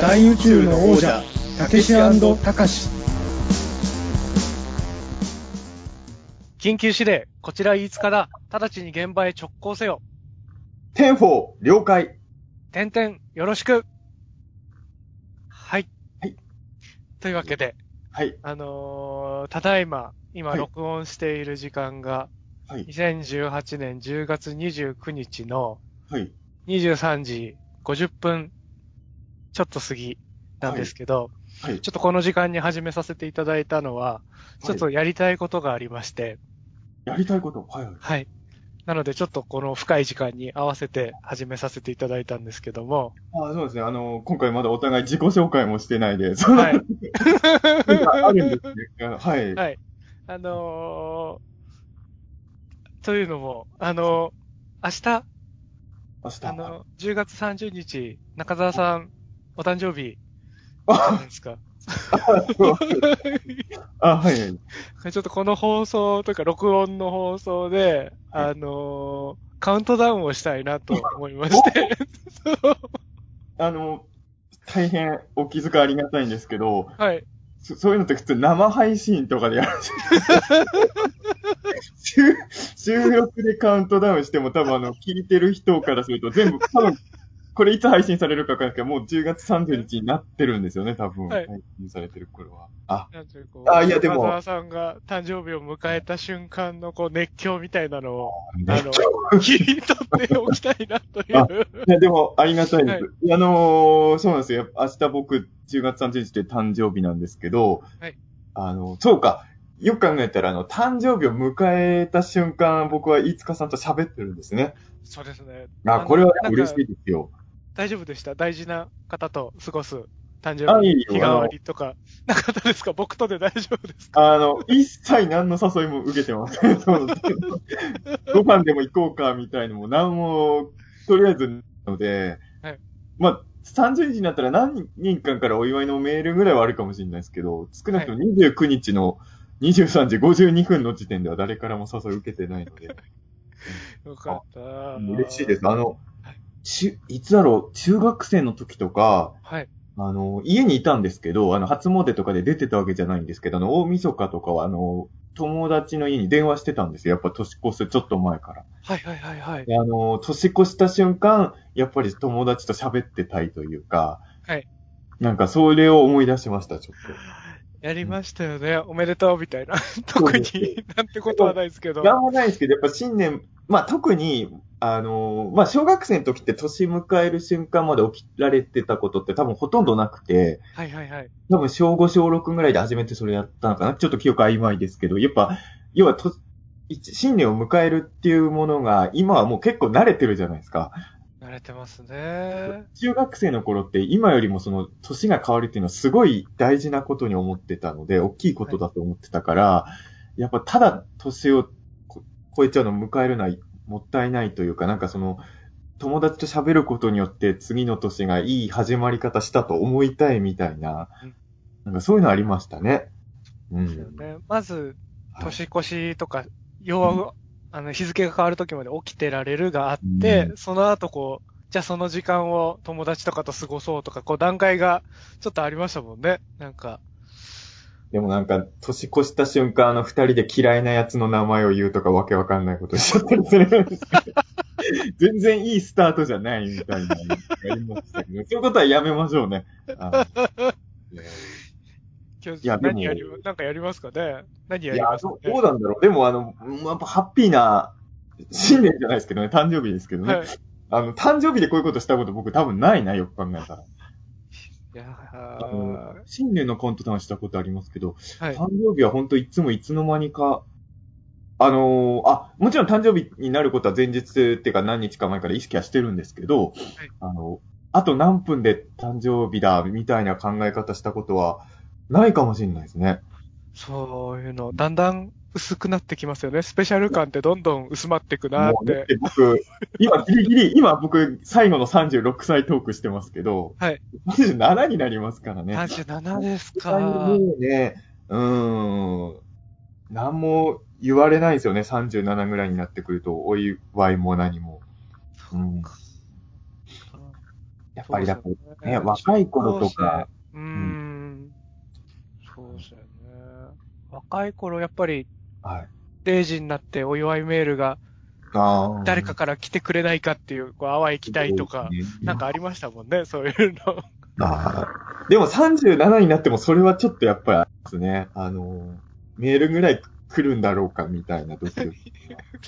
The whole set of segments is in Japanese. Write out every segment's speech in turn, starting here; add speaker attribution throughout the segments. Speaker 1: 大宇宙の王者たけしたかし
Speaker 2: 緊急指令、こちら飯塚だ。直ちに現場へ直行せよ。
Speaker 3: テンフォー、了解。
Speaker 2: 点々、よろしく。はい。
Speaker 3: はい。
Speaker 2: というわけで、
Speaker 3: はい。
Speaker 2: あのーただいま、今
Speaker 3: はい
Speaker 2: 録音している時間が、
Speaker 3: はい。
Speaker 2: 2018年10月29日の
Speaker 3: はい。
Speaker 2: 23時50分、ちょっと過ぎなんですけど、
Speaker 3: はい。
Speaker 2: ちょっとこの時間に始めさせていただいたのは、ちょっとやりたいことがありまして、
Speaker 3: やりたいこと。はい。はい
Speaker 2: はい。なので、ちょっとこの深い時間に合わせて始めさせていただいたんですけども、
Speaker 3: あそうですね。あの、今回まだお互い自己紹介もしてないで、その、
Speaker 2: は
Speaker 3: はいい、。あるんですね。あの はい。
Speaker 2: はいあのーというのも、あのー明日、
Speaker 3: 明日。
Speaker 2: あの10月30日、中澤さん、お誕生日、じゃ
Speaker 3: あ
Speaker 2: ないですか。
Speaker 3: あ、はいはい。
Speaker 2: ちょっとこの放送というか、録音の放送で、あのーカウントダウンをしたいなと思いまして。そう
Speaker 3: あの、大変お気遣いありがたいんですけど、
Speaker 2: はい。
Speaker 3: そそういうのって普通生配信とかでやるじゃん 収収録でカウントダウンしても多分あの、聞いてる人からすると全部、多分、これいつ配信されるかわかんないですけど、もう10月30日になってるんですよね、多分。
Speaker 2: はい
Speaker 3: 配信されてる頃は。あ、
Speaker 2: なんていうこ
Speaker 3: あいやでも
Speaker 2: 中澤さんが誕生日を迎えた瞬間のこう熱狂みたいなのを、あ
Speaker 3: ね
Speaker 2: の、切り取っておきたいなという。
Speaker 3: いや、でも、ありがたいです。
Speaker 2: は
Speaker 3: あのーそうなんですよ。明日僕、10月30日で誕生日なんですけど、
Speaker 2: はい
Speaker 3: あの、そうか。よく考えたら、あの、誕生日を迎えた瞬間、僕は飯塚さんと喋ってるんですね。
Speaker 2: そうですね。あ
Speaker 3: あ、
Speaker 2: の
Speaker 3: これはね
Speaker 2: なんか
Speaker 3: 嬉しいですよ。
Speaker 2: 大丈夫でした大事な方と過ごす誕
Speaker 3: あ
Speaker 2: 生
Speaker 3: いい、
Speaker 2: 日
Speaker 3: よ
Speaker 2: 日替わりとか、なかったですか僕とで大丈夫ですか
Speaker 3: あの、一切何の誘いも受けてません。 そうなんですよご飯でも行こうか、みたいのも、何も、とりあえず、ので、
Speaker 2: はい
Speaker 3: まあ、30日になったら何人間からお祝いのメールぐらいはあるかもしれないですけど、少なくとも29日の23時52分の時点では誰からも誘い受けてないの で、
Speaker 2: よかった。
Speaker 3: 嬉しいです。。あの
Speaker 2: はい、
Speaker 3: ちいつだろう、中学生の時とか、
Speaker 2: はい。
Speaker 3: あの、家にいたんですけど、あの、初詣とかで出てたわけじゃないんですけど、あの、大晦日とかは、あの、友達の家に電話してたんですよ。やっぱ年越すちょっと前から。
Speaker 2: はいはいはいはい。
Speaker 3: であの、年越した瞬間、やっぱり友達と喋ってたいというか、
Speaker 2: はい。
Speaker 3: なんか、それを思い出しました、ちょっ
Speaker 2: やりましたよね。おめでとうみたいな。特になんてことはないですけ
Speaker 3: と。
Speaker 2: ど。
Speaker 3: なんもないですけど、やっぱ新年、まあ、特に、あの、まあ、小学生の時って年迎える瞬間まで起きられてたことって多分ほとんどなくて、
Speaker 2: はいはいはい。
Speaker 3: 多分小5、小6ぐらいで初めてそれやったのかな。ちょっと記憶曖昧ですけど、やっぱ、要はと、一新年を迎えるっていうものが、今はもう結構慣れてるじゃないですか。
Speaker 2: 慣れてますね。
Speaker 3: 中学生の頃って今よりもその年が変わるっていうのはすごい大事なことに思ってたので、大きいことだと思ってたから、やっぱただ年をこ超えちゃうのを迎えるのはもったいないというか、なんかその、友達と喋ることによって次の年がいい始まり方したと思いたいみたいな
Speaker 2: うん、
Speaker 3: なんかそういうのありましたね。う
Speaker 2: ですよ
Speaker 3: ん。
Speaker 2: ね。まず、
Speaker 3: はい
Speaker 2: 年越しとか、要は、あの、日付が変わる時まで起きてられるがあって、
Speaker 3: う
Speaker 2: その後こう、じゃあその時間を友達とかと過ごそうとか、こう段階がちょっとありましたもんね。なんか、
Speaker 3: でもなんか、年越した瞬間、あの二人で嫌いなやつの名前を言うとかわけわかんないことしちゃったりするんですけど 全然いいスタートじゃないみたいなのがありましたけど、そういうことはやめましょうね。あの
Speaker 2: 今日
Speaker 3: いやでも
Speaker 2: 何やり、なんかやりますかね何や
Speaker 3: い
Speaker 2: り
Speaker 3: や
Speaker 2: ますか
Speaker 3: どう、
Speaker 2: ね
Speaker 3: どうなんだろう。でもあの、やっぱハッピーな、新年じゃないですけどね、誕生日ですけどね。
Speaker 2: はい。
Speaker 3: あの、誕生日でこういうことしたこと僕多分ないな、よく考えたら。
Speaker 2: いや
Speaker 3: あの新年のカウントダウンしたことありますけど、
Speaker 2: ーはい。
Speaker 3: 誕生日は本当いつもいつの間にか、あのーあ、もちろん誕生日になることは前日っていうか何日か前から意識はしてるんですけど、あの、あと何分で誕生日だ、みたいな考え方したことはないかもしれないですね。
Speaker 2: そういうの、だんだん薄くなってきますよね。スペシャル感ってどんどん薄まってくなっ。
Speaker 3: もうだってて僕、今ギリギリ、今僕最後の36歳トークしてますけど、
Speaker 2: はい。
Speaker 3: 37になりますからね。
Speaker 2: 37です
Speaker 3: 実
Speaker 2: か。
Speaker 3: 際にもうね、うーん、何も言われないですよね、37ぐらいになってくると、お祝いも何も。うん、やっぱりだか
Speaker 2: そうです
Speaker 3: ら
Speaker 2: よ
Speaker 3: ね、若い頃とか、
Speaker 2: うーん。そうですよね。若い頃、やっぱり
Speaker 3: はい。
Speaker 2: 定時になってお祝いメールが
Speaker 3: あ
Speaker 2: 誰かから来てくれないかっていう、こう、淡い期待とか、なんかありましたもんね、そういうの。
Speaker 3: あーでも37になってもそれはちょっとやっぱりありますね。あの、メールぐらい来るんだろうかみたいなドキドキ。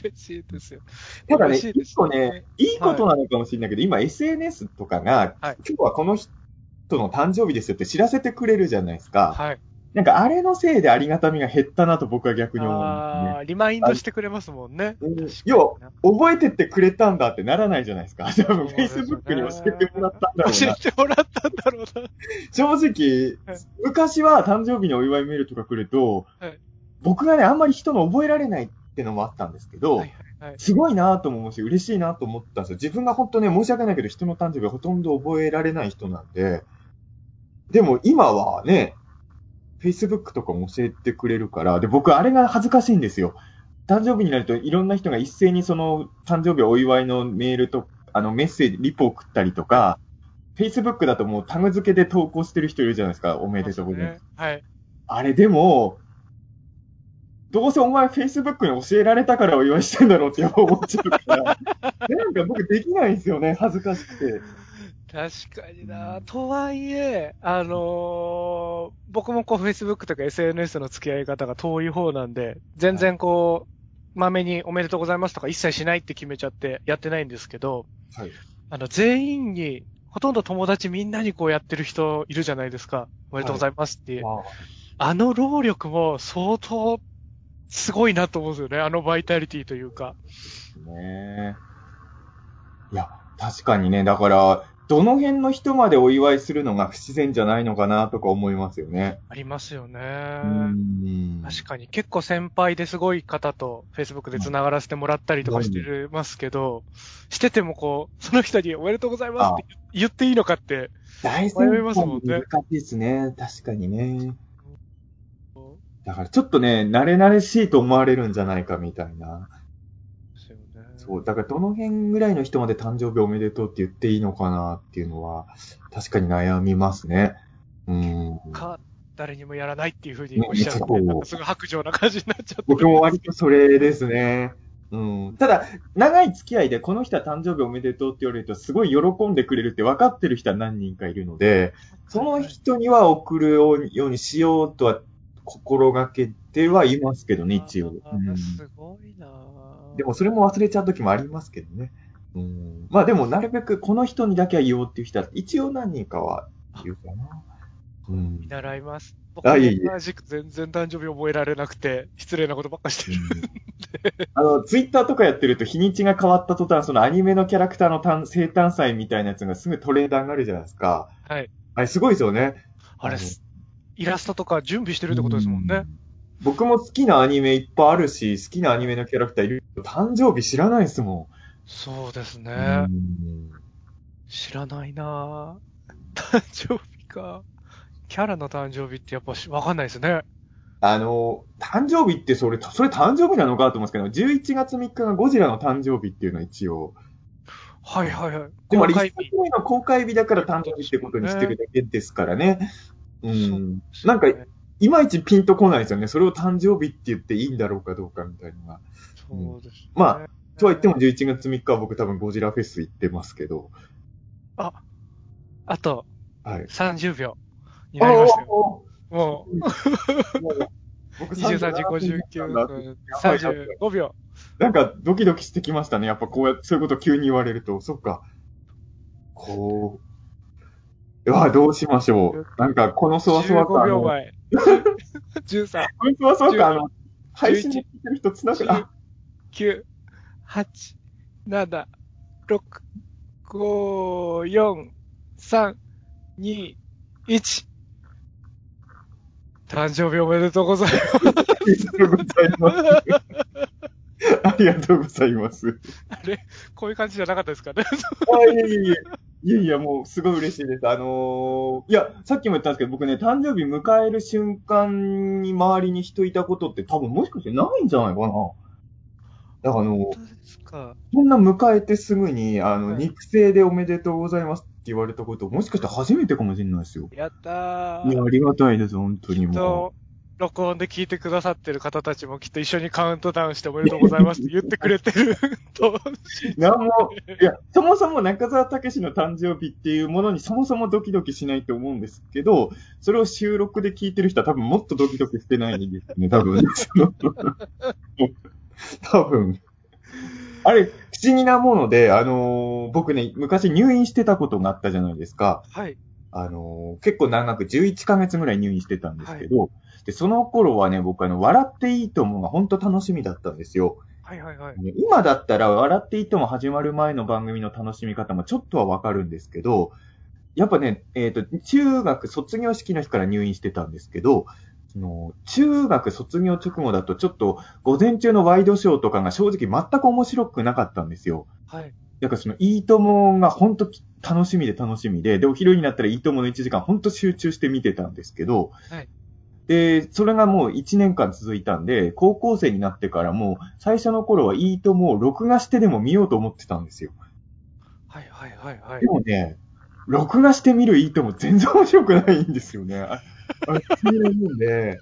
Speaker 2: 嬉しいですよ。
Speaker 3: ただね、
Speaker 2: 嬉しいです
Speaker 3: 一個ね、いいことなのかもしれないけど、今 SNS とかが、
Speaker 2: はい
Speaker 3: 今日はこの人の誕生日ですよって知らせてくれるじゃないですか。
Speaker 2: はい。
Speaker 3: なんかあれのせいでありがたみが減ったなと僕は逆に思うん
Speaker 2: ああ、リマインドしてくれますもんね。
Speaker 3: ですね。要は、覚えてってくれたんだってならないじゃないですか。多分
Speaker 2: そうですよね
Speaker 3: Facebook に教えてもらったん だろう
Speaker 2: 教え
Speaker 3: な。
Speaker 2: てもらったんだろうな。
Speaker 3: 正直
Speaker 2: はい、
Speaker 3: 昔は誕生日のお祝いメールとか来ると、
Speaker 2: はい
Speaker 3: 僕がね、あんまり人の覚えられないってのもあったんですけど、
Speaker 2: はいはいはい。
Speaker 3: すごいなとも思うし、嬉しいなと思ったんですよ。自分が本当ね、申し訳ないけど、人の誕生日ほとんど覚えられない人なんで、でも今はね、Facebook とかも教えてくれるから、で、僕あれが恥ずかしいんですよ。誕生日になるといろんな人が一斉にその誕生日お祝いのメールと、あのメッセージ、リポ送ったりとか、Facebook だともうタグ付けで投稿してる人いるじゃないですか、おめでとうございます。
Speaker 2: はい。
Speaker 3: あれでも、どうせお前 Facebook に教えられたからお祝いしてんだろうってやっぱ思っちゃう から、なんか僕できないんですよね、恥ずかしくて。
Speaker 2: 確かにな。とはいえ、あのー僕もこう Facebook とか SNS の付き合い方が遠い方なんで、全然こう、まめにおめでとうございますとか一切しないって決めちゃってやってないんですけど、
Speaker 3: はい。
Speaker 2: あの、全員に、ほとんど友達みんなにこうやってる人いるじゃないですか。おめでとうございますっていう。あの労力も相当すごいなと思うんですよね。あのバイタリティというか。
Speaker 3: ねえいや、確かにね、だから、どの辺の人までお祝いするのが不自然じゃないのかなとか思いますよね。
Speaker 2: ありますよね。
Speaker 3: うん
Speaker 2: 確かに結構先輩ですごい方と Facebook で繋がらせてもらったりとかしてますけど、しててもこう、その人におめでとうございますって言っていいのかって、
Speaker 3: 大先輩も難しいですね。確かにね。だからちょっとね、慣れ慣れしいと思われるんじゃないかみたいな。
Speaker 2: ですよね
Speaker 3: そう、だからどの辺ぐらいの人まで誕生日おめでとうって言っていいのかなっていうのは、確かに悩みますね。うん。
Speaker 2: か、誰にもやらないっていうふうにおっしゃって、
Speaker 3: ね
Speaker 2: なんかすごい白状な感じになっちゃって。
Speaker 3: 僕も割とそれですね。うん、ただ、長い付き合いでこの人は誕生日おめでとうって言われるとすごい喜んでくれるって分かってる人は何人かいるので、その人には送るようにしようとは心がけてはいますけどね、一応。
Speaker 2: あ
Speaker 3: う
Speaker 2: ー
Speaker 3: ん
Speaker 2: すごいなぁ
Speaker 3: でもそれも忘れちゃう時もありますけどね。うん。まあでもなるべくこの人にだけは言おうっていう人は一応何人かは言うかな。うん
Speaker 2: 見。習います。僕も
Speaker 3: あいえいえ
Speaker 2: 同じく全然誕生日覚えられなくて、失礼なことばっかしてる。
Speaker 3: あの、ツイッターとかやってると日にちが変わった途端、そのアニメのキャラクターの誕生誕祭みたいなやつがすぐトレーダーになるじゃないですか。
Speaker 2: はい。
Speaker 3: あれすごいですよね。
Speaker 2: あれ
Speaker 3: あの、
Speaker 2: イラストとか準備してるってことですもん
Speaker 3: う
Speaker 2: ね。。
Speaker 3: 僕も好きなアニメいっぱいあるし、好きなアニメのキャラクターいるけど、誕生日知らないですも
Speaker 2: そうですね。
Speaker 3: ん。うん
Speaker 2: 知らないな ぁ誕生日か。キャラの誕生日ってやっぱしわかんないですね。
Speaker 3: あの、誕生日ってそれ、それ誕生日なのかと思うんですけど、11月3日がゴジラの誕生日っていうのは一応。
Speaker 2: はいはいはい。
Speaker 3: でもあれ、一
Speaker 2: 公開
Speaker 3: 作
Speaker 2: 日
Speaker 3: 目の公開日だから誕生日ってことにしてるだけですからね。う
Speaker 2: そ
Speaker 3: ん。なんか、いまいちピンとこないですよね。それを誕生日って言っていいんだろうかどうかみたいなのが。
Speaker 2: そうですね、
Speaker 3: まとは言っても11月3日は僕多分ゴジラフェス行ってますけど。
Speaker 2: あと
Speaker 3: はい。
Speaker 2: 30秒になりましたよ。
Speaker 3: お
Speaker 2: もう、
Speaker 3: ーおー僕
Speaker 2: 23時59分、35秒。
Speaker 3: なんかドキドキしてきましたね。やっぱこうやそういうこと急に言われると。そっか。こう。うわ、どうしましょう。なんか、このそわそわ感。
Speaker 2: 15
Speaker 3: あ
Speaker 2: 秒
Speaker 3: のこ
Speaker 2: 前。13、
Speaker 3: のそわそわ感、あの、配信で聞いてる人つなが
Speaker 2: 9
Speaker 3: ら、、
Speaker 2: 8、7、6、5、4、3、2、1。誕生日おめでとうございます。
Speaker 3: ありがとうございます。ありがとうございます。
Speaker 2: あれ こういう感じじゃなかったですかね
Speaker 3: あいやいやいや。いやいや、もう、すごい嬉しいです。あのーいや、さっきも言ったんですけど、僕ね、誕生日迎える瞬間に周りに人いたことって多分もしかしてないんじゃないかな。だからあのー
Speaker 2: 本当ですか
Speaker 3: そんな迎えてすぐに、あの、
Speaker 2: はい
Speaker 3: 肉声でおめでとうございますって言われたこと、もしかしたら初めてかもしれないですよ。
Speaker 2: やった
Speaker 3: いや、
Speaker 2: ー。
Speaker 3: ありがたいです、本当に
Speaker 2: きっ
Speaker 3: も
Speaker 2: と、録音で聞いてくださってる方たちもきっと一緒にカウントダウンしておめでとうございますって言ってくれてると。
Speaker 3: う。なんも、いや、そもそも中澤武史の誕生日っていうものにそもそもドキドキしないと思うんですけど、それを収録で聞いてる人は多分もっとドキドキしてないですね、多分。その多分。あれ、不思議なもので、あのー僕ね、昔入院してたことがあったじゃないですか。
Speaker 2: はい。
Speaker 3: あのー結構長く11ヶ月ぐらい入院してたんですけど、で、その頃はね、僕あの、笑っていいと思うが本当楽しみだったんですよ。
Speaker 2: はいはいはい。
Speaker 3: ね今だったら笑っていいとも始まる前の番組の楽しみ方もちょっとはわかるんですけど、やっぱね、えっ、と、中学卒業式の日から入院してたんですけど、その、中学卒業直後だとちょっと午前中のワイドショーとかが正直全く面白くなかったんですよ。
Speaker 2: はい。
Speaker 3: だからその、いいともが本当楽しみで楽しみで、で、お昼になったらいいともの1時間本当集中して見てたんですけど、
Speaker 2: はい
Speaker 3: で、それがもう1年間続いたんで、高校生になってからもう、最初の頃はいいともを録画してでも見ようと思ってたんですよ。
Speaker 2: はいはいはいはい
Speaker 3: で。もね、録画して見るいいとも全然面白くないんですよね。ああれ、不思議なもんで、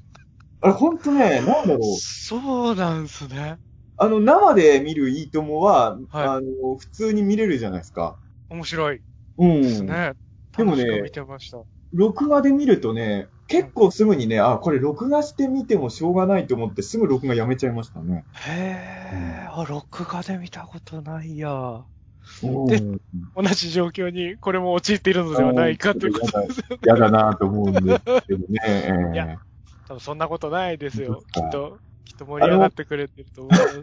Speaker 3: あれ本当ね、なんだろう。
Speaker 2: そうなんすね。
Speaker 3: あの、生で見るいいともは、
Speaker 2: はい
Speaker 3: あの、普通に見れるじゃないですか。
Speaker 2: 面白い
Speaker 3: うん。
Speaker 2: ですね。
Speaker 3: でもね
Speaker 2: 楽しく見てました。
Speaker 3: 録画で見るとね、結構すぐにね、あ、これ録画してみてもしょうがないと思って、すぐ録画やめちゃいましたね。
Speaker 2: へー。あ、録画で見たことないや。
Speaker 3: で、
Speaker 2: 同じ状況にこれも陥っているのではないかということですよね。
Speaker 3: 嫌だなと思うんですけど ね。え
Speaker 2: いや多分そんなことないですよ。
Speaker 3: そ
Speaker 2: き
Speaker 3: うです
Speaker 2: っと、きっと盛り上がってくれてると思います。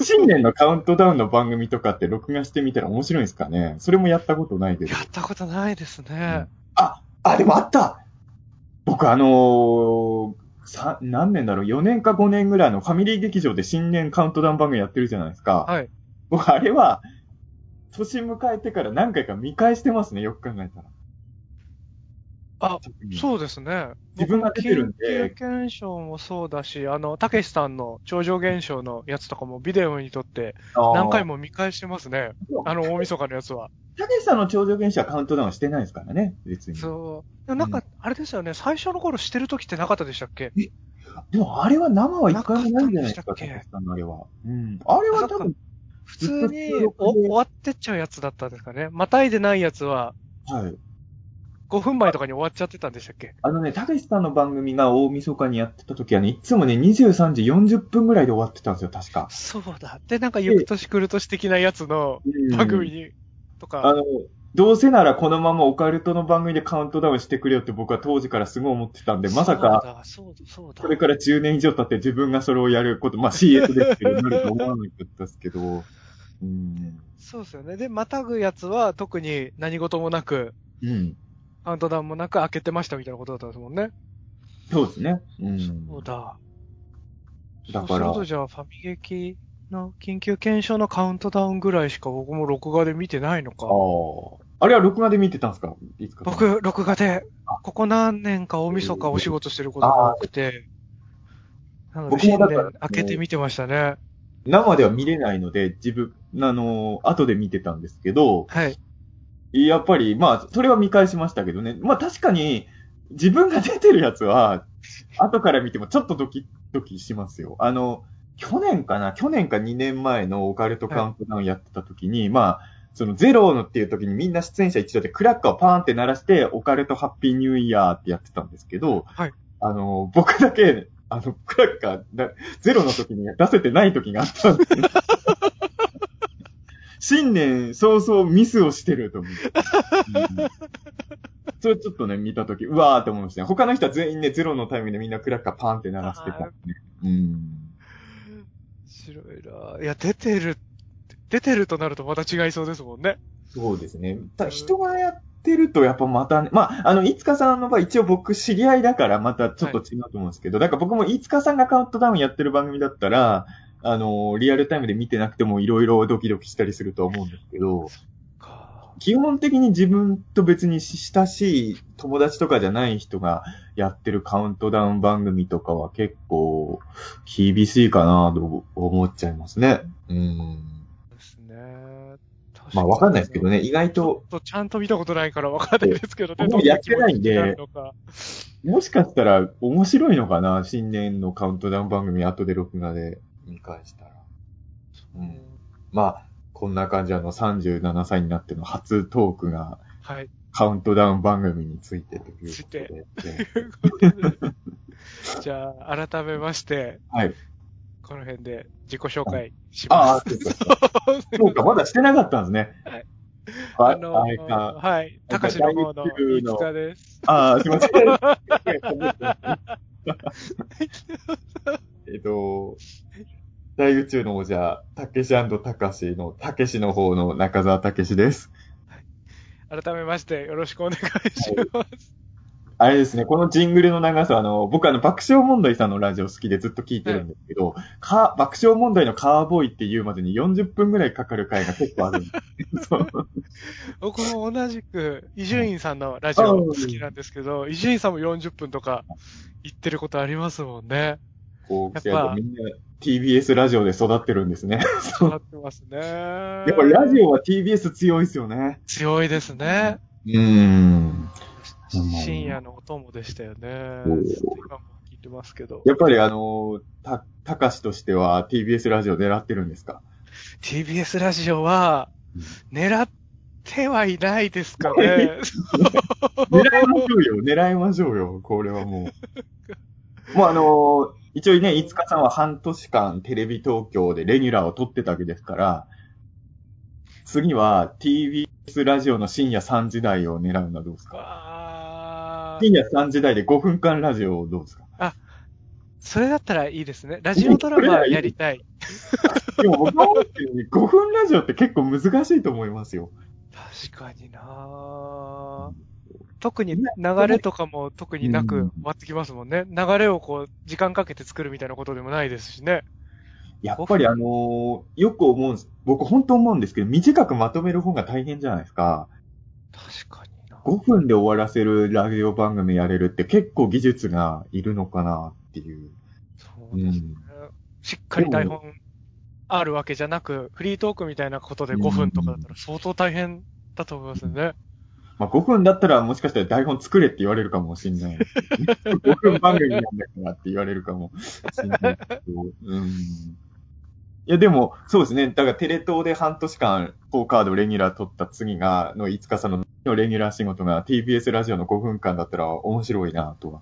Speaker 3: え新年のカウントダウンの番組とかって録画してみたら面白いんですかねそれもやったことないけど
Speaker 2: や。ったことないですね。
Speaker 3: あ、でもあった僕あのー、さ、何年だろう ?4 年か5年ぐらいのファミリー劇場で新年カウントダウン番組やってるじゃないですか。
Speaker 2: はい。
Speaker 3: 僕あれは、年迎えてから何回か見返してますね、よく考えたら。
Speaker 2: あ、
Speaker 3: う。
Speaker 2: そうですね。
Speaker 3: 自分が出てるんで
Speaker 2: 緊急検証もそうだし、あの、たけしさんの超常現象のやつとかもビデオに撮って何回
Speaker 3: も。
Speaker 2: も見返してますね
Speaker 3: そう。
Speaker 2: あの、大晦日のやつは。
Speaker 3: たけしさんの頂上現象はカウントダウンしてないですからね、別に。
Speaker 2: そう。でもなんか、あれですよね、最初の頃してる時ってなかったでしたっけ
Speaker 3: でもあれは生は一回もないんじゃないです
Speaker 2: なか
Speaker 3: か、
Speaker 2: っ
Speaker 3: た
Speaker 2: たんでしたっけ
Speaker 3: けしさんのあれは。うん。あれは多分、
Speaker 2: 普通
Speaker 3: ず
Speaker 2: に
Speaker 3: っと
Speaker 2: お
Speaker 3: 収録で
Speaker 2: 終わってっちゃうやつだったんですかね。またいでないやつは
Speaker 3: はい。
Speaker 2: 5分前とかに終わっちゃってたんでしたっけ
Speaker 3: あのね、たけしさんの番組が大晦日にやってた時はね、いつもね、23時40分ぐらいで終わってたんですよ、確か。
Speaker 2: そうだ。で、なんか、ゆく年くる年的なやつの番組に、とか。
Speaker 3: あの、どうせならこのままオカルトの番組でカウントダウンしてくれよって僕は当時からすごい思ってたんで、まさか、
Speaker 2: そうだ、そ
Speaker 3: こ
Speaker 2: うだ、そう
Speaker 3: れ
Speaker 2: だ。
Speaker 3: から10年以上経って自分がそれをやること、まあ CS ですけど、なると思わなかったですけど、うん。
Speaker 2: そうですよね。で、またぐやつは特に何事もなく、
Speaker 3: うん。
Speaker 2: カウントダウンもなく開けてましたみたいなことだったんですもんね。
Speaker 3: そうですね。うん。
Speaker 2: そうだ。
Speaker 3: だ
Speaker 2: そう
Speaker 3: か
Speaker 2: する
Speaker 3: ら、
Speaker 2: とじゃあ、ファミ劇の緊急検証のカウントダウンぐらいしか僕も録画で見てないの
Speaker 3: あ
Speaker 2: か
Speaker 3: あ。。あれは録画で見てたんですかいつか。
Speaker 2: 僕、録画で
Speaker 3: あ、
Speaker 2: ここ何年か大晦日お仕事してることが多くて、なので、
Speaker 3: 僕も
Speaker 2: 新
Speaker 3: だから
Speaker 2: 年開けて見てましたね。
Speaker 3: 生では見れないので、自分、あの、後で見てたんですけど、
Speaker 2: はい。
Speaker 3: やっぱり、まあ、それは見返しましたけどね。まあ確かに、自分が出てるやつは、後から見てもちょっとドキドキしますよ。あの、去年かな去年か2年前のオカルトカウントダウンやってた時に、まあ、そのゼロのっていう時にみんな出演者一度でクラッカーをパーンって鳴らして、オカルトハッピーニューイヤーってやってたんですけど、
Speaker 2: はい
Speaker 3: あの、僕だけ、あの、クラッカーだ、ゼロの時に出せてない時があったんですよ 新年早々ミスをしてると思う。うんそれちょっとね、見たとき、うわーって思いましたね。他の人は全員ね、ゼロのタイミングでみんなクラッカーパーンって鳴らしてた、ね。うん。
Speaker 2: 白いな。いや、出てる、出てるとなるとまた違いそうですもんね。
Speaker 3: そうですね。ただ人がやってると、やっぱまたね、まあ、あの、いつかさんの場合、一応僕知り合いだから、またちょっと違うと思うんですけど、だから僕もいつかさんがカウントダウンやってる番組だったら、あの、リアルタイムで見てなくてもいろいろドキドキしたりするとは思うんですけど、
Speaker 2: か
Speaker 3: 基本的に自分と別に親しい友達とかじゃない人がやってるカウントダウン番組とかは結構厳しいかなと思っちゃいますね。うん。
Speaker 2: ですね。た
Speaker 3: まあわかんないですけどね、意外
Speaker 2: ちょ
Speaker 3: と
Speaker 2: っとちゃんと見たことないからわかんないですけどね。
Speaker 3: 僕もやってないんで
Speaker 2: どな気持ちにるのか
Speaker 3: もしかしたら面白いのかな新年のカウントダウン番組後で録画で見返したら。うん、まあ、こんな感じであの37歳になっての初トークが
Speaker 2: はい。
Speaker 3: カウントダウン番組についてという
Speaker 2: つい
Speaker 3: こと
Speaker 2: て
Speaker 3: で。ね
Speaker 2: ということでじゃあ、改めまして、
Speaker 3: はい。
Speaker 2: この辺で自己紹介し
Speaker 3: あ
Speaker 2: ま
Speaker 3: あ、
Speaker 2: す。
Speaker 3: そうかそうか。そうか、まだしてなかったんですね。
Speaker 2: はい。
Speaker 3: あ、
Speaker 2: あの
Speaker 3: あれか。あ
Speaker 2: はい。
Speaker 3: れか
Speaker 2: 高橋の方の
Speaker 3: 第一
Speaker 2: 飯
Speaker 3: の
Speaker 2: 塚です。
Speaker 3: ああ、すいません。えっと、大宇宙の王者、たけしたかしの、たけしの方の中澤たけしです。
Speaker 2: 改めまして、よろしくお願いします。
Speaker 3: あれですね、このジングルの長さ、あの、僕あの、爆笑問題さんのラジオ好きでずっと聞いてるんですけど、か爆笑問題のカーボーイっていうまでに40分ぐらいかかる回が結構あるん です。そう
Speaker 2: 僕も同じく、伊集院さんのラジオ好きなんですけど、伊集院さんも40分とか言ってることありますもんね。
Speaker 3: こう、
Speaker 2: やっぱ
Speaker 3: みんな TBS ラジオで育ってるんですね。
Speaker 2: そうなってますね。や
Speaker 3: やっぱラジオは TBS 強いですよね。
Speaker 2: 強いですね。
Speaker 3: うーん。
Speaker 2: 深夜のお供でしたよね。
Speaker 3: おー
Speaker 2: ちょっと今も聞いてますけど。
Speaker 3: やっぱりあの、た、たかしとしては TBS ラジオ狙ってるんですか
Speaker 2: TBS ラジオは
Speaker 3: うん、
Speaker 2: 狙って はいないですかね。
Speaker 3: 狙いましょうよ、狙いましょうよ、これはもう。もうあの、一応ね、いつかさんは半年間テレビ東京でレギュラーを取ってたわけですから、次は TBS ラジオの深夜3時台を狙うのはどうですか
Speaker 2: あー
Speaker 3: 深夜3時台で5分間ラジオをどうですか
Speaker 2: それだったらいいですね。ラジオドラマやりたい。
Speaker 3: でも僕は思ってるように5分ラジオって結構難しいと思いますよ。
Speaker 2: 確かにな特に流れとかも特にな
Speaker 3: う
Speaker 2: く
Speaker 3: ん
Speaker 2: 終わってきますもんね。流れをこう、時間かけて作るみたいなことでもないですしね。
Speaker 3: やっぱりあのーよく思うんです。僕本当思うんですけど、短くまとめる方が大変じゃないですか。
Speaker 2: 確かにな
Speaker 3: 5分で終わらせるラジオ番組やれるって結構技術がいるのかなっていう。
Speaker 2: そうですね。しっかり台本あるわけじゃなく、フリートークみたいなことで5分とかだったら相当大変だと思いますよね。
Speaker 3: まあ5分だったらもしかしたら台本作れって言われるかもしんない。5分番組なんだからって言われるかもしんないけど。うん。いやでも、そうですね。だからテレ東で半年間、ポーカードレギュラー取った次が、の5日さんのレギュラー仕事が TBS ラジオの5分間だったら面白いなとは。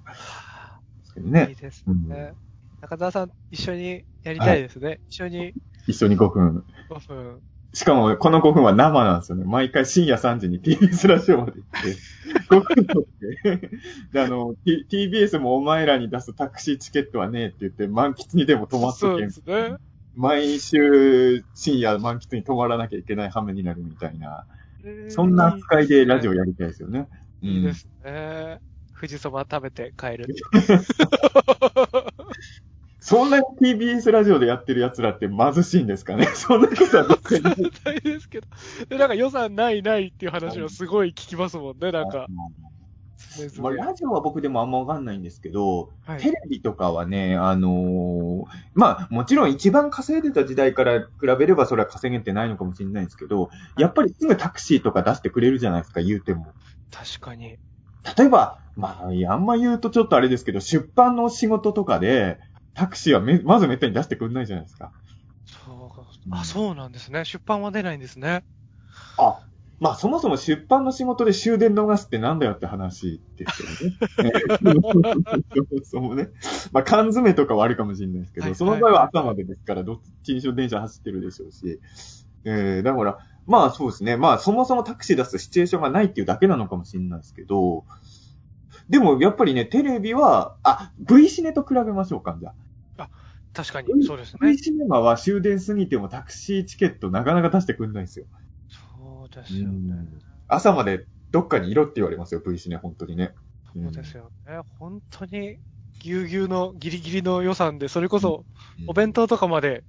Speaker 3: ですけど
Speaker 2: いい
Speaker 3: ね。
Speaker 2: です
Speaker 3: うん
Speaker 2: ね。中澤さん、一緒にやりたいですね。一緒に
Speaker 3: 一緒に5分。
Speaker 2: 5分。
Speaker 3: しかも、この5分は生なんですよね。毎回深夜3時に TBS ラジオまで行って、5分 撮って。で、あの、T、TBS もお前らに出すタクシーチケットはねえって言って、満喫にでも泊まっ
Speaker 2: そ
Speaker 3: と
Speaker 2: う
Speaker 3: け
Speaker 2: で。すね。
Speaker 3: 毎週深夜満喫に泊まらなきゃいけない羽目になるみたいな。そんな扱いでラジオやりたいですよね。う
Speaker 2: いいで
Speaker 3: ん。
Speaker 2: すね。富士そば食べて帰る。
Speaker 3: そんなに TBS ラジオでやってる奴らって貧しいんですかね。 そんなことは別に。
Speaker 2: 大変ですけど。 で、なんか予算ないないっていう話はすごい聞きますもんね、なんか。常々
Speaker 3: まあ、ラジオは僕でもあんまわかんないんですけど、
Speaker 2: はい
Speaker 3: テレビとかはね、あのーまあ、もちろん一番稼いでた時代から比べればそれは稼げてないのかもしれないんですけど、やっぱりすぐタクシーとか出してくれるじゃないですか、言うても。
Speaker 2: 確かに。
Speaker 3: 例えば、まあ、いやあんま言うとちょっとあれですけど、出版の仕事とかで、タクシーはめ、まずめったに出してくれないじゃないですか。
Speaker 2: そうか。あ、そうなんですね。出版は出ないんですね。
Speaker 3: あ、まあ、そもそも出版の仕事で終電逃すってなんだよって話ですけどね。そもそも ね。まあ、缶詰とかはあるかもしれないですけど、
Speaker 2: はい
Speaker 3: その場合は朝までですから、どっちにしろ電車走ってるでしょうし。えー、だから、まあそうですね。まあ、そもそもタクシー出すシチュエーションがないっていうだけなのかもしれないですけど、でもやっぱりね、テレビは、あ、V シネと比べましょうか、じゃあ。
Speaker 2: 確かに、そうですね
Speaker 3: V。シネマは終電過ぎてもタクシーチケットなかなか出してくれないんですよ。
Speaker 2: そうですよね。
Speaker 3: 朝までどっかにいろって言われますよ、V シネ、本当にね。うん
Speaker 2: そうですよね。本当に、ぎゅうぎゅうのギリギリの予算で、それこそ、お弁当とかまで、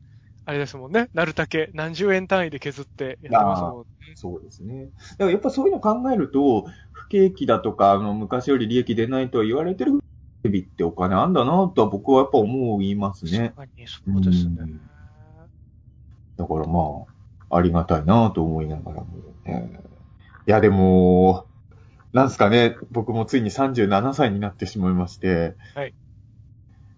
Speaker 2: あれですもんね。なるだけ、何十円単位で削ってやってますもんね。
Speaker 3: そうですね。だからやっぱそういうの考えると、不景気だとか、あの、昔より利益出ないとは言われてるテレビってお金あんだなとは僕はやっぱ思いますね。
Speaker 2: 確かに、そうですね。
Speaker 3: うんだからまあ、ありがたいなと思いながらも、ね。いや、でも、なんすかね、僕もついに37歳になってしまいまして。
Speaker 2: はい。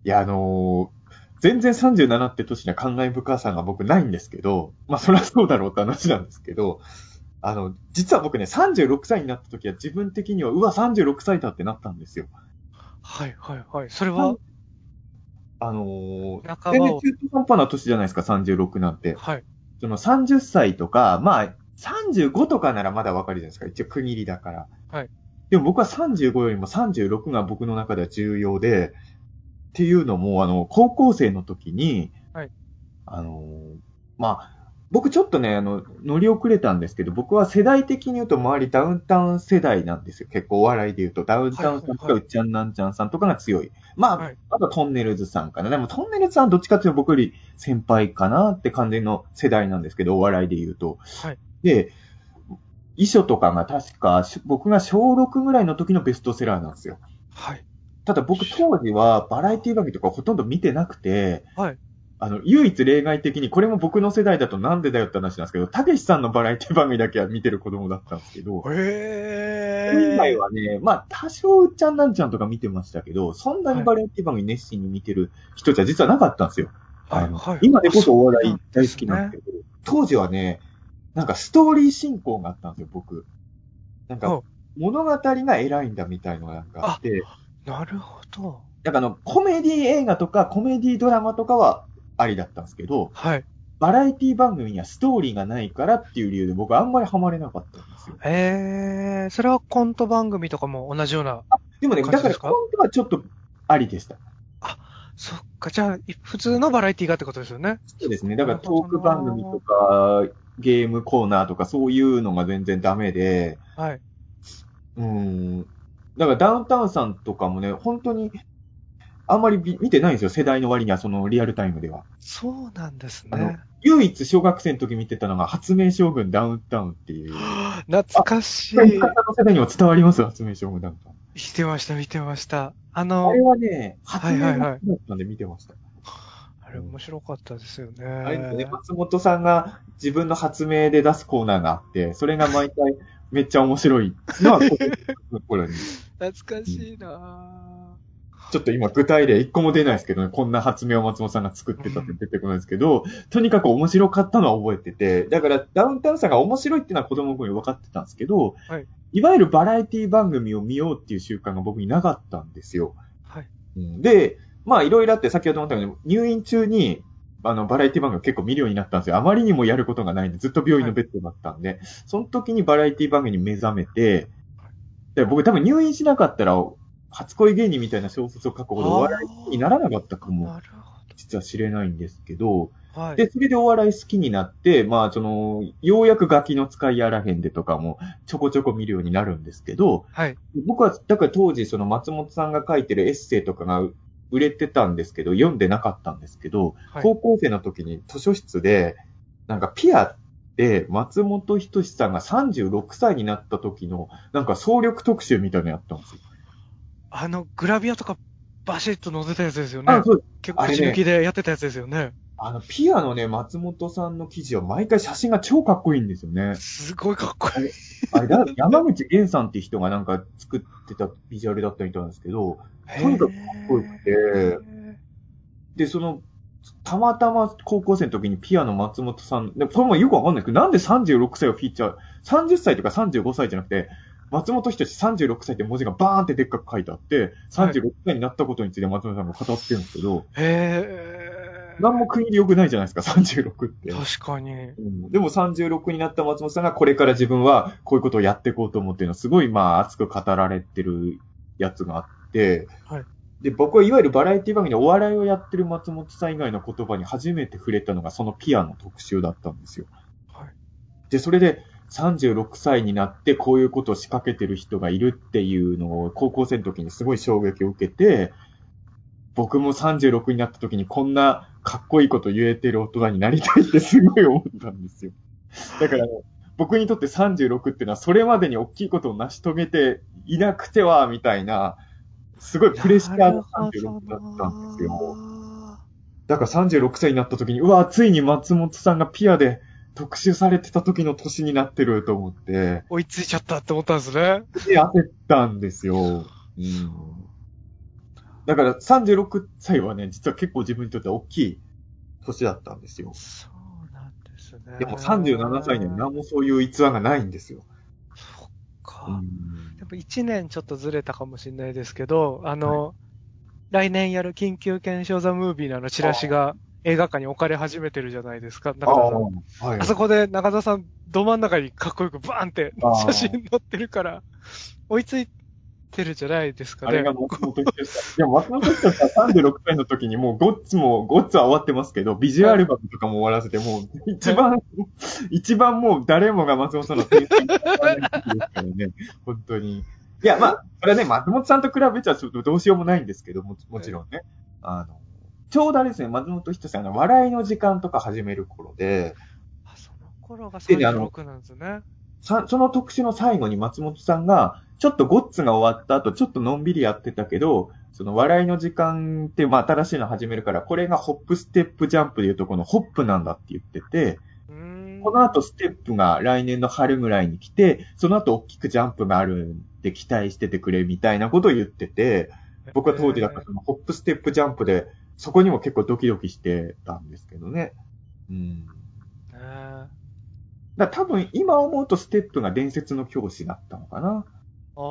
Speaker 3: いや、あのー全然37って年には考え深さが僕ないんですけど、まあそりゃそうだろうって話なんですけど、あの、実は僕ね、36歳になった時は自分的には、うわ、36歳だってなったんですよ。
Speaker 2: はいはいはい。それは、
Speaker 3: あのー
Speaker 2: 半
Speaker 3: 全
Speaker 2: ば
Speaker 3: 然
Speaker 2: を。
Speaker 3: 中途半端な年じゃないですか、36なんて。
Speaker 2: はい。
Speaker 3: その30歳とか、まあ、35とかならまだわかるじゃないですか。一応区切りだから。
Speaker 2: はい。
Speaker 3: でも僕は35よりも36が僕の中では重要で、っていうのも、あの、高校生の時に、
Speaker 2: はい。
Speaker 3: あのー、まあ、僕ちょっとね、あの、乗り遅れたんですけど、僕は世代的に言うと周りダウンタウン世代なんですよ。結構お笑いで言うと、ダウンタウンさんと
Speaker 2: はい
Speaker 3: か、
Speaker 2: は
Speaker 3: うっちゃんなんちゃんさんとかが強い。まあ、
Speaker 2: はい
Speaker 3: あとトンネルズさんかな。でもトンネルズさんはどっちかっていうと僕より先輩かなって感じの世代なんですけど、お笑いで言うと。
Speaker 2: はい。
Speaker 3: で、遺書とかが確か、し僕が小6ぐらいの時のベストセラーなんですよ。
Speaker 2: はい。
Speaker 3: ただ僕当時はバラエティ番組とかほとんど見てなくて、
Speaker 2: はい。
Speaker 3: あの、唯一例外的に、これも僕の世代だとなんでだよって話なんですけど、たけしさんのバラエティ番組だけは見てる子供だったんですけど、
Speaker 2: え
Speaker 3: それ以外
Speaker 2: ー。
Speaker 3: はね、まあ、多少うっちゃんなんちゃんとか見てましたけど、そんなにバラエティ番組熱心に見てる人じゃ実はなかったんですよ。
Speaker 2: はい
Speaker 3: あの
Speaker 2: はい。
Speaker 3: 今でこそお笑
Speaker 2: あ
Speaker 3: い
Speaker 2: そう
Speaker 3: 大好きなんですけど、当時はね、なんかストーリー進行があったんですよ、僕。なん
Speaker 2: う
Speaker 3: か
Speaker 2: ん、
Speaker 3: 物語が偉いんだみたいのがなんかあって、
Speaker 2: なるほど。
Speaker 3: なんかあの、コメディ映画とかコメディドラマとかはありだったんですけど、
Speaker 2: はい。
Speaker 3: バラエティ番組にはストーリーがないからっていう理由で僕はあんまりハマれなかったんですよ。
Speaker 2: えー、それはコント番組とかも同じような。
Speaker 3: でもね、
Speaker 2: 感
Speaker 3: だ
Speaker 2: じ
Speaker 3: か
Speaker 2: で
Speaker 3: ら
Speaker 2: すか
Speaker 3: 本当はちょっとありでした。
Speaker 2: そっか、じゃあ、い普通のバラエティがってことですよね。
Speaker 3: そうですね。だから
Speaker 2: な
Speaker 3: ト
Speaker 2: るほど
Speaker 3: ーク番組とか、ゲームコーナーとかそういうのが全然ダメで、
Speaker 2: はい。
Speaker 3: うん。だからダウンタウンさんとかもね、本当に、あんまりび見てないんですよ、世代の割には、そのリアルタイムでは。
Speaker 2: そうなんです
Speaker 3: あの
Speaker 2: ね。
Speaker 3: 唯一小学生の時見てたのが、発明将軍ダウンタウンっていう。
Speaker 2: 懐かしい。
Speaker 3: 生き方の世代にも伝わります発明将軍ダウンタウン。
Speaker 2: 見てました、見てました。あ
Speaker 3: あ
Speaker 2: の
Speaker 3: れ、はね、発明
Speaker 2: は
Speaker 3: だ
Speaker 2: いはいはい
Speaker 3: ったんで見てました。
Speaker 2: あれ面白かったですよね。
Speaker 3: あれですね、松本さんが自分の発明で出すコーナーがあって、それが毎回めっちゃ面白いのは、こここ れに。
Speaker 2: 懐かしいなぁ
Speaker 3: ちょっと今具体例一個も出ないですけどね、こんな発明を松本さんが作ってたって出てこないですけど、とにかく面白かったのは覚えてて、だからダウンタウンさんが面白いっていうのは子供の頃に分かってたんですけど、
Speaker 2: はい
Speaker 3: わゆるバラエティ番組を見ようっていう習慣が僕になかったんですよ。
Speaker 2: はい。
Speaker 3: うんで、まあいろいろあって先ほども言ったように、入院中に、あの、バラエティ番組を結構見るようになったんですよ。あまりにもやることがないんで、ずっと病院のベッドだったんで、その時にバラエティ番組に目覚めて、で僕多分入院しなかったら、初恋芸人みたいな小説を書くほどお笑いにならなかったか
Speaker 2: あー
Speaker 3: も、
Speaker 2: なる
Speaker 3: 実は知れないんですけど、
Speaker 2: ほど。はい。
Speaker 3: で、それでお笑い好きになって、まあ、その、ようやくガキの使いやらへんでとかも、ちょこちょこ見るようになるんですけど、
Speaker 2: はい。
Speaker 3: 僕は、だから当時、その松本さんが書いてるエッセイとかが売れてたんですけど、読んでなかったんですけど、
Speaker 2: はい。
Speaker 3: 高校生の時に図書室で、なんかピアで松本人志さんが36歳になった時の、なんか総力特集みたいなのやったんですよ。
Speaker 2: あの、グラビアとかバシッと載せたやつですよね
Speaker 3: あ、。そうです。
Speaker 2: 結
Speaker 3: あ
Speaker 2: 構
Speaker 3: れね
Speaker 2: 口抜きでやってたやつですよね。
Speaker 3: あの、ピアのね、松本さんの記事は毎回写真が超かっこいいんですよね。
Speaker 2: すごいかっこいい。
Speaker 3: あれだ、山口源さんって人がなんか作ってたビジュアルだったみたいなんですけど、とにかくかっこよくて
Speaker 2: へ
Speaker 3: で、その、たまたま高校生の時にピアノ松本さん、でこれもよくわかんないですけど、なんで36歳をフィーチャー、30歳とか35歳じゃなくて、松本人志36歳って文字がバーンってでっかく書いてあって、36歳になったことについて松本さんが語ってるんですけど、
Speaker 2: ー。へー
Speaker 3: なんも区切り良くないじゃないですか、36って。
Speaker 2: 確かに。
Speaker 3: うんでも36になった松本さんがこれから自分はこういうことをやっていこうと思ってるのはすごいまあ熱く語られてるやつがあって、
Speaker 2: はい
Speaker 3: で、僕はいわゆるバラエティ番組でお笑いをやってる松本さん以外の言葉に初めて触れたのがそのピアの特集だったんですよ。
Speaker 2: はい。
Speaker 3: で、それで36歳になってこういうことを仕掛けてる人がいるっていうのを高校生の時にすごい衝撃を受けて、僕も36になった時にこんなかっこいいこと言えてる大人になりたいってすごい思ったんですよ。だから、僕にとって36っていうのはそれまでに大きいことを成し遂げていなくては、みたいな、すごいプレッシャー
Speaker 2: なる
Speaker 3: の
Speaker 2: ほど
Speaker 3: 36だったんですよ。
Speaker 2: な
Speaker 3: だから36歳になった時に、うわ、ついに松本さんがピアで特集されてた時の年になってると思って、
Speaker 2: 追いついちゃったって思ったんですね。
Speaker 3: で、焦ったんですよ。うん。だから36歳はね、実は結構自分にとっては大きい年だったんですよ。
Speaker 2: そうなんですね。
Speaker 3: でも37歳には何もそういう逸話がないんですよ。
Speaker 2: そ
Speaker 3: う
Speaker 2: っか。
Speaker 3: ん
Speaker 2: やっぱ1年ちょっとずれたかもしれないですけど、あの、来年やる緊急検証ザムービーのあのチラシが映画館に置かれ始めてるじゃないですか。
Speaker 3: あ
Speaker 2: 中
Speaker 3: あ、
Speaker 2: 澤さん
Speaker 3: はい。
Speaker 2: あそこで中澤さん、ど真ん中にかっこよくバーンって
Speaker 3: あー
Speaker 2: 写真載ってるから、追いついてるじゃないですか
Speaker 3: あ
Speaker 2: ね
Speaker 3: れ。が松本人志さん。でも松本人志さん36歳の時にもうゴッツも、ゴッツは終わってますけど、ビジュアルバムとかも終わらせて、もう一番、一番もう誰もが松本さんの天才になった時ですからね。本当に。いや、まあ、それはね、松本さんと比べちゃちょっとどうしようもないんですけど、ももちろんね。あの、ちょうどあれですね、松本人志さんが笑いの時間とか始める頃で、
Speaker 2: あその頃が
Speaker 3: でねあの
Speaker 2: 36なんですね。
Speaker 3: さその特集の最後に松本さんが、ちょっとゴッツが終わった後、ちょっとのんびりやってたけど、その笑いの時間って、まあ、新しいの始めるから、これがホップ、ステップ、ジャンプでいうとこのホップなんだって言ってて、
Speaker 2: うーん
Speaker 3: この後ステップが来年の春ぐらいに来て、その後大きくジャンプがあるんで期待しててくれみたいなことを言ってて、僕は当時だからそのホップ、ステップ、ジャンプで、そこにも結構ドキドキしてたんですけどね。うん。
Speaker 2: えーね
Speaker 3: だから多分今思うとステップが伝説の教師だったのかな。
Speaker 2: あ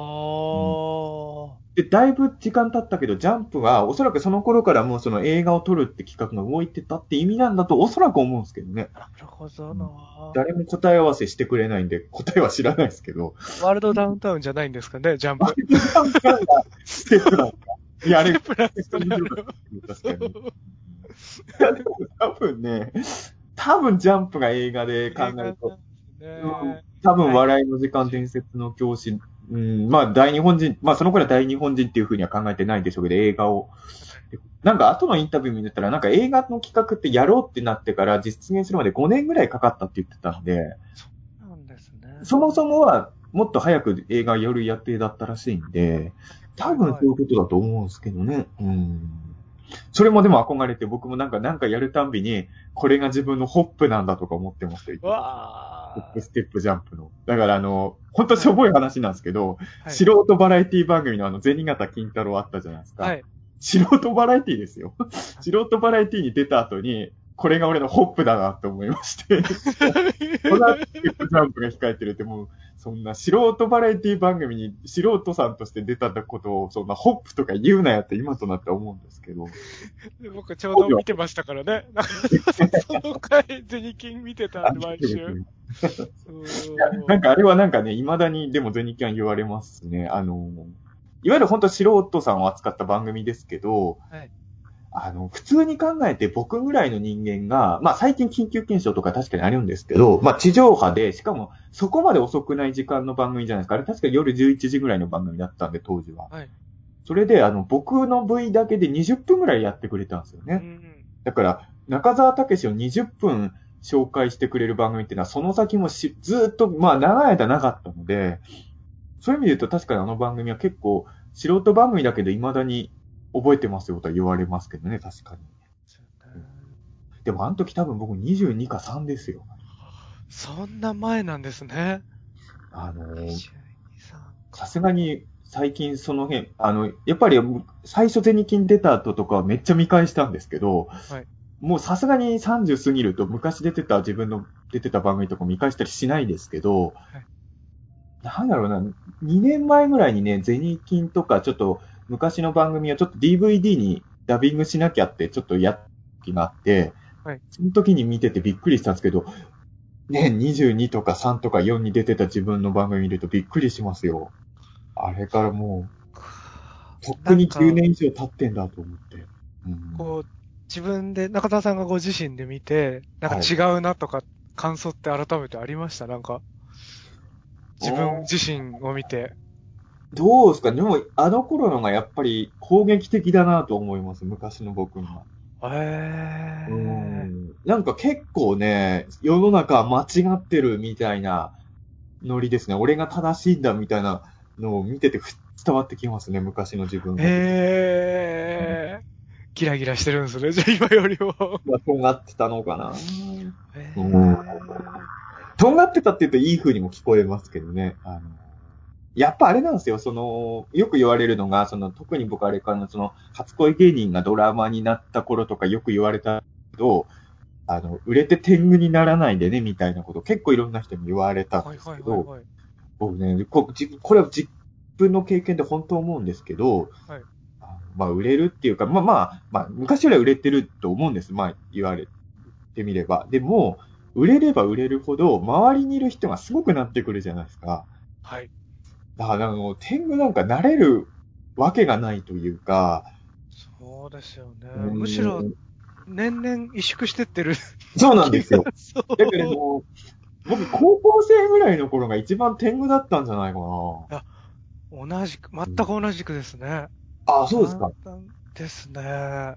Speaker 2: ー
Speaker 3: で、だいぶ時間経ったけど、ジャンプは、おそらくその頃からもうその映画を撮るって企画が動いてたって意味なんだと、おそらく思うんですけどね。
Speaker 2: なるほどな。
Speaker 3: 誰も答え合わせしてくれないんで、答えは知らないですけど。
Speaker 2: ワールドダウンタウンじゃないんですかね、ジャンプ。
Speaker 3: ステップなんか。いや、あれ、
Speaker 2: ステ
Speaker 3: 確
Speaker 2: ップなんですかね。
Speaker 3: かに。いや、でも多分ね、多分ジャンプが映画で考えると、
Speaker 2: 映画なんですね
Speaker 3: うん多分笑いの時間伝説の教師、うん、まあ大日本人、まあその頃は大日本人っていうふうには考えてないんでしょうけど、映画を。なんか後のインタビュー見てたら、なんか映画の企画ってやろうってなってから実現するまで5年ぐらいかかったって言ってたんで、
Speaker 2: なんですね。
Speaker 3: そもそもはもっと早く映画やる予定だったらしいんで、多分そういうことだと思うんですけどね。うん。それもでも憧れて、僕もなんか、なんかやるたんびに、これが自分のホップなんだとか思ってますよ。
Speaker 2: わ
Speaker 3: ホ
Speaker 2: あ
Speaker 3: ップ、ステップ、ジャンプの。だからあの、本当しょぼい話なんですけど、
Speaker 2: はい
Speaker 3: 素人バラエティ番組のあの、銭形金太郎あったじゃないですか。
Speaker 2: はい。
Speaker 3: 素人バラエティですよ。素人バラエティに出た後に、これが俺のホップだなと思いま して、この後ステップジャンプが控えてるってもう、そんな素人バラエティ番組に素人さんとして出たことを、そんなホップとか言うなやって今となって思うんですけど、
Speaker 2: 僕ちょうど見てましたからね。その回、ゼニキン見てたんで、毎週。そう
Speaker 3: なんかあれはなんかね、未だにでもゼニキャン言われますね。あの、いわゆる本当素人さんを扱った番組ですけど、
Speaker 2: はい
Speaker 3: あの、普通に考えて僕ぐらいの人間が、まあ最近緊急検証とか確かにあるんですけど、まあ地上波で、しかもそこまで遅くない時間の番組じゃないですか。あれ確か夜11時ぐらいの番組だったんで、当時は。
Speaker 2: はい
Speaker 3: それで、あの、僕の部位だけで20分ぐらいやってくれたんですよね。
Speaker 2: うん
Speaker 3: だから、中澤武史を20分紹介してくれる番組っていうのは、その先もしずーっと、まあ、長い間なかったので、そういう意味で言うと、確かにあの番組は結構、素人番組だけど、未だに覚えてますよとは言われますけどね、確かに。でも、あの時多分僕22か3ですよ。
Speaker 2: そんな前なんですね。
Speaker 3: あのー
Speaker 2: 22さん
Speaker 3: さすがに、最近その辺、あの、やっぱり、最初銭金出た後とかはめっちゃ見返したんですけど、
Speaker 2: はい
Speaker 3: もうさすがに30過ぎると、昔出てた自分の出てた番組とか見返したりしないですけど、
Speaker 2: い
Speaker 3: なんだろうな、2年前ぐらいにね、銭金とかちょっと昔の番組をちょっと DVD にダビングしなきゃってちょっとやった時があって、
Speaker 2: はい
Speaker 3: その時に見ててびっくりしたんですけど、ね、22とか3とか4に出てた自分の番組見るとびっくりしますよ。あれからも
Speaker 2: か
Speaker 3: う、とっくに
Speaker 2: なん
Speaker 3: 9
Speaker 2: か
Speaker 3: 年以上経ってんだと思って。うん
Speaker 2: こう、自分で、中田さんがご自身で見て、なんか違うなとか、感想って改めてありましたなんか、自分自身を見て。
Speaker 3: どうですかでも、あの頃のがやっぱり攻撃的だなと思います、昔の僕が。
Speaker 2: え
Speaker 3: う
Speaker 2: ー。
Speaker 3: んなんか結構ね、世の中間違ってるみたいなノリですね。俺が正しいんだみたいなのを見ててふ伝わってきますね、昔の自分が。
Speaker 2: えー。ギラギラしてるんですね、じゃあ今よりも。
Speaker 3: が尖ってたのかな。
Speaker 2: え
Speaker 3: うん
Speaker 2: ー
Speaker 3: とんがってたって言うといい風にも聞こえますけどね。あの、やっぱあれなんですよ、その、よく言われるのが、その、特に僕あれからの、その、初恋芸人がドラマになった頃とかよく言われたけど、あの、売れて天狗にならないでね、みたいなこと、結構いろんな人に言われたん
Speaker 2: はい
Speaker 3: です
Speaker 2: はい
Speaker 3: け
Speaker 2: はい
Speaker 3: ど、
Speaker 2: はい。
Speaker 3: 僕ね、こじこれは自分の経験で本当思うんですけど、
Speaker 2: はい
Speaker 3: あのまあ、売れるっていうか、まあまあ、まあ、昔よりは売れてると思うんです。まあ、言われてみれば。でも、売れれば売れるほど、周りにいる人がすごくなってくるじゃないですか。
Speaker 2: はい。
Speaker 3: だから、あの、天狗なんか慣れるわけがないというか、
Speaker 2: そうですよね。
Speaker 3: うん
Speaker 2: むしろ、年々萎縮してってる。。
Speaker 3: そうなんですよ
Speaker 2: そう。
Speaker 3: だけどもう、僕、高校生ぐらいの頃が一番天狗だったんじゃないかな。
Speaker 2: 同じく、全く同じくですね。
Speaker 3: ああ、そうですか。。
Speaker 2: ですね。や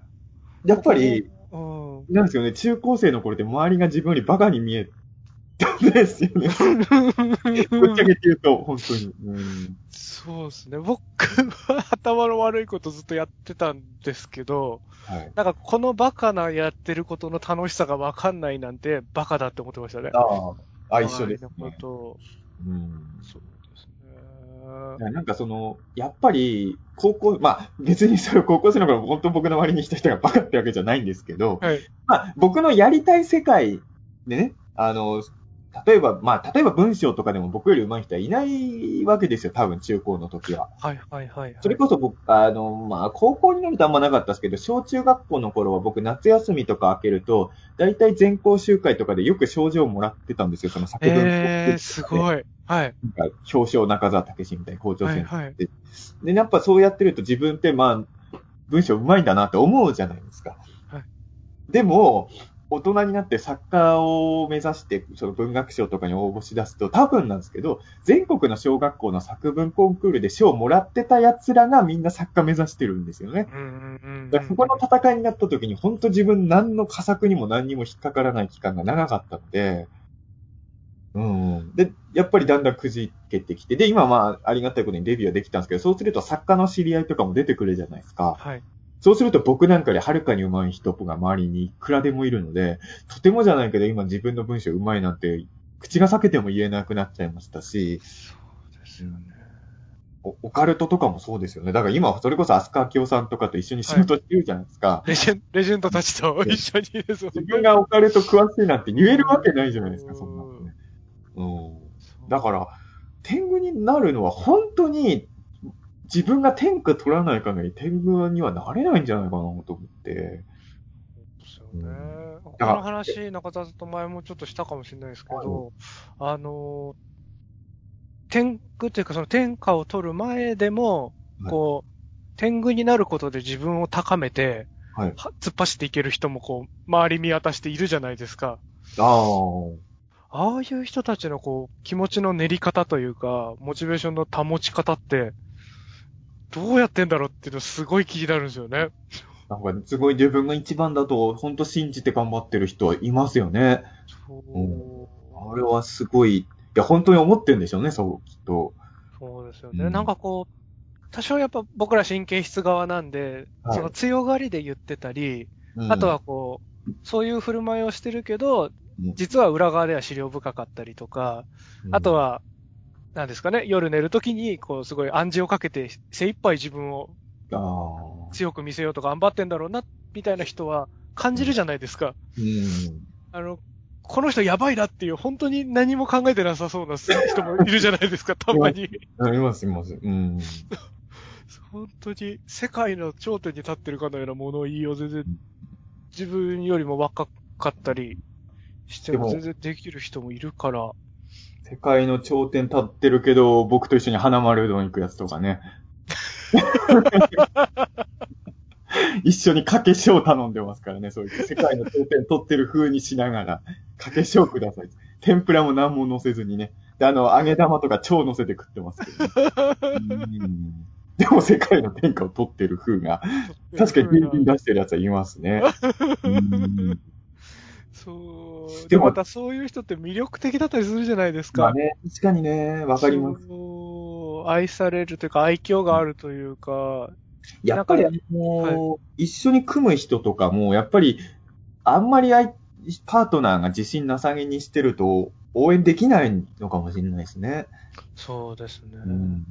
Speaker 3: やっぱり、、
Speaker 2: うん。
Speaker 3: なんですよね、中高生の頃って周りが自分よりバカに見えたんですよね。ぶっちゃけて言うと、本当に。うん
Speaker 2: そうですね。僕は頭の悪いことずっとやってたんですけど、
Speaker 3: はい。
Speaker 2: なんかこのバカなやってることの楽しさがわかんないなんてバカだって思ってましたね。
Speaker 3: ああ、あ、一緒です
Speaker 2: 周りのこ
Speaker 3: ね。
Speaker 2: と
Speaker 3: うん。
Speaker 2: そうです
Speaker 3: い
Speaker 2: ね。
Speaker 3: やなんかその、やっぱり、高校、まあ、別にそれ高校生の頃、本当僕の周りにいた人がバカってわけじゃないんですけど、
Speaker 2: はい。
Speaker 3: まあ、僕のやりたい世界でね、あの、例えば、まあ、例えば文章とかでも僕より上手い人はいないわけですよ、多分中高の時は。
Speaker 2: はいはいはい。
Speaker 3: それこそ僕、あの、まあ、高校になるとあんまなかったですけど、小中学校の頃は僕、夏休みとか明けると、大体全校集会とかでよく賞状をもらってたんですよ、その作文とかで。
Speaker 2: えー、すごい。はい。
Speaker 3: なんか表彰中澤武史みたいな校長
Speaker 2: は
Speaker 3: 先
Speaker 2: い
Speaker 3: 生、
Speaker 2: はい。
Speaker 3: で、やっぱそうやってると自分って、まあ、文章上手いんだなって思うじゃないですか。
Speaker 2: はい
Speaker 3: でも、大人になって作家を目指して、その文学賞とかに応募し出すと、多分なんですけど、全国の小学校の作文コンクールで賞をもらってた奴らがみんな作家目指してるんですよね。
Speaker 2: うんうんうん
Speaker 3: だからそこの戦いになった時に、本当自分何の佳作にも何にも引っかからない期間が長かったので、うん。で、やっぱりだんだんくじけてきて、で、今まあ、ありがたいことにデビューはできたんですけど、そうすると作家の知り合いとかも出てくるじゃないですか。
Speaker 2: はい。
Speaker 3: そうすると僕なんかよりはるかに上手い人が周りにいくらでもいるので、とてもじゃないけど今自分の文章上手いなんて、口が裂けても言えなくなっちゃいましたし、
Speaker 2: そうですよね。
Speaker 3: おオカルトとかもそうですよね。だから今、それこそ飛鳥明夫さんとかと一緒に仕事してるじゃないですか。
Speaker 2: レジェン、レジェンドたちと一緒にですもんね
Speaker 3: 自分がオカルト詳しいなんて言えるわけないじゃないですか、そんなのね。うん。だから、天狗になるのは本当に、自分が天下取らない限り天狗にはなれないんじゃないかなと思って。
Speaker 2: ですよ
Speaker 3: う
Speaker 2: ね
Speaker 3: ん。
Speaker 2: こ
Speaker 3: だから
Speaker 2: の話、中田さんと前もちょっとしたかもしれないですけど、あの、天狗というか、その天下を取る前でも、
Speaker 3: はい
Speaker 2: こう、天狗になることで自分を高めて、
Speaker 3: はい
Speaker 2: は突っ走っていける人もこう、周り見渡しているじゃないですか。
Speaker 3: あ
Speaker 2: ああいう人たちのこう、気持ちの練り方というか、モチベーションの保ち方って、どうやってんだろうっていうのすごい気になるんですよね。
Speaker 3: あ。なんか、すごい自分が一番だと、本当信じて頑張ってる人はいますよね。
Speaker 2: そう。
Speaker 3: あれはすごい、いや、本当に思ってるんでしょうね、そう、きっと。
Speaker 2: そうですよね。
Speaker 3: うん
Speaker 2: なんかこう、多少やっぱ僕ら神経質側なんで、
Speaker 3: はい
Speaker 2: その強がりで言ってたり、
Speaker 3: うん
Speaker 2: あとは、こう、そういう振る舞いをしてるけど、
Speaker 3: うん
Speaker 2: 実は裏側では資料深かったりとか、あと
Speaker 3: は、
Speaker 2: は、なんですかね、夜寝るときに、こう、すごい暗示をかけて、精一杯自分を
Speaker 3: ああ。
Speaker 2: 強く見せようと頑張ってんだろうな、みたいな人は感じるじゃないですか。
Speaker 3: うん。
Speaker 2: あの、この人やばいなっていう、本当に何も考えてなさそうな人もいるじゃないですか、たまに。
Speaker 3: あります、います。うん。
Speaker 2: 本当に世界の頂点に立ってるかのような物言いを全然自分よりも若かったりしても
Speaker 3: でも
Speaker 2: 全然できる人もいるから、
Speaker 3: 世界の頂点立ってるけど、僕と一緒に花丸うどん行くやつとかね。一緒にかけしを頼んでますからね、そういう。世界の頂点取ってる風にしながら、かけしをください。天ぷらも何も乗せずにね。で、あの、揚げ玉とか超乗せて食ってますけど、ねうんでも世界の天下を取ってる風が、確かに
Speaker 2: そうい
Speaker 3: ビ
Speaker 2: うの
Speaker 3: ン
Speaker 2: が
Speaker 3: ビン出してるやつはいますね。うん
Speaker 2: そう。で
Speaker 3: でも
Speaker 2: またそういう人って魅力的だったりするじゃないですか。
Speaker 3: まあね、確かにね、わかります。
Speaker 2: そう愛されるというか愛嬌があるというか、
Speaker 3: やっぱり、あの一緒に組む人とかも、やっぱり、あんまり相手パートナーが自信なさげにしてると、応援できないのかもしれないですね。
Speaker 2: そうですね。
Speaker 3: うん。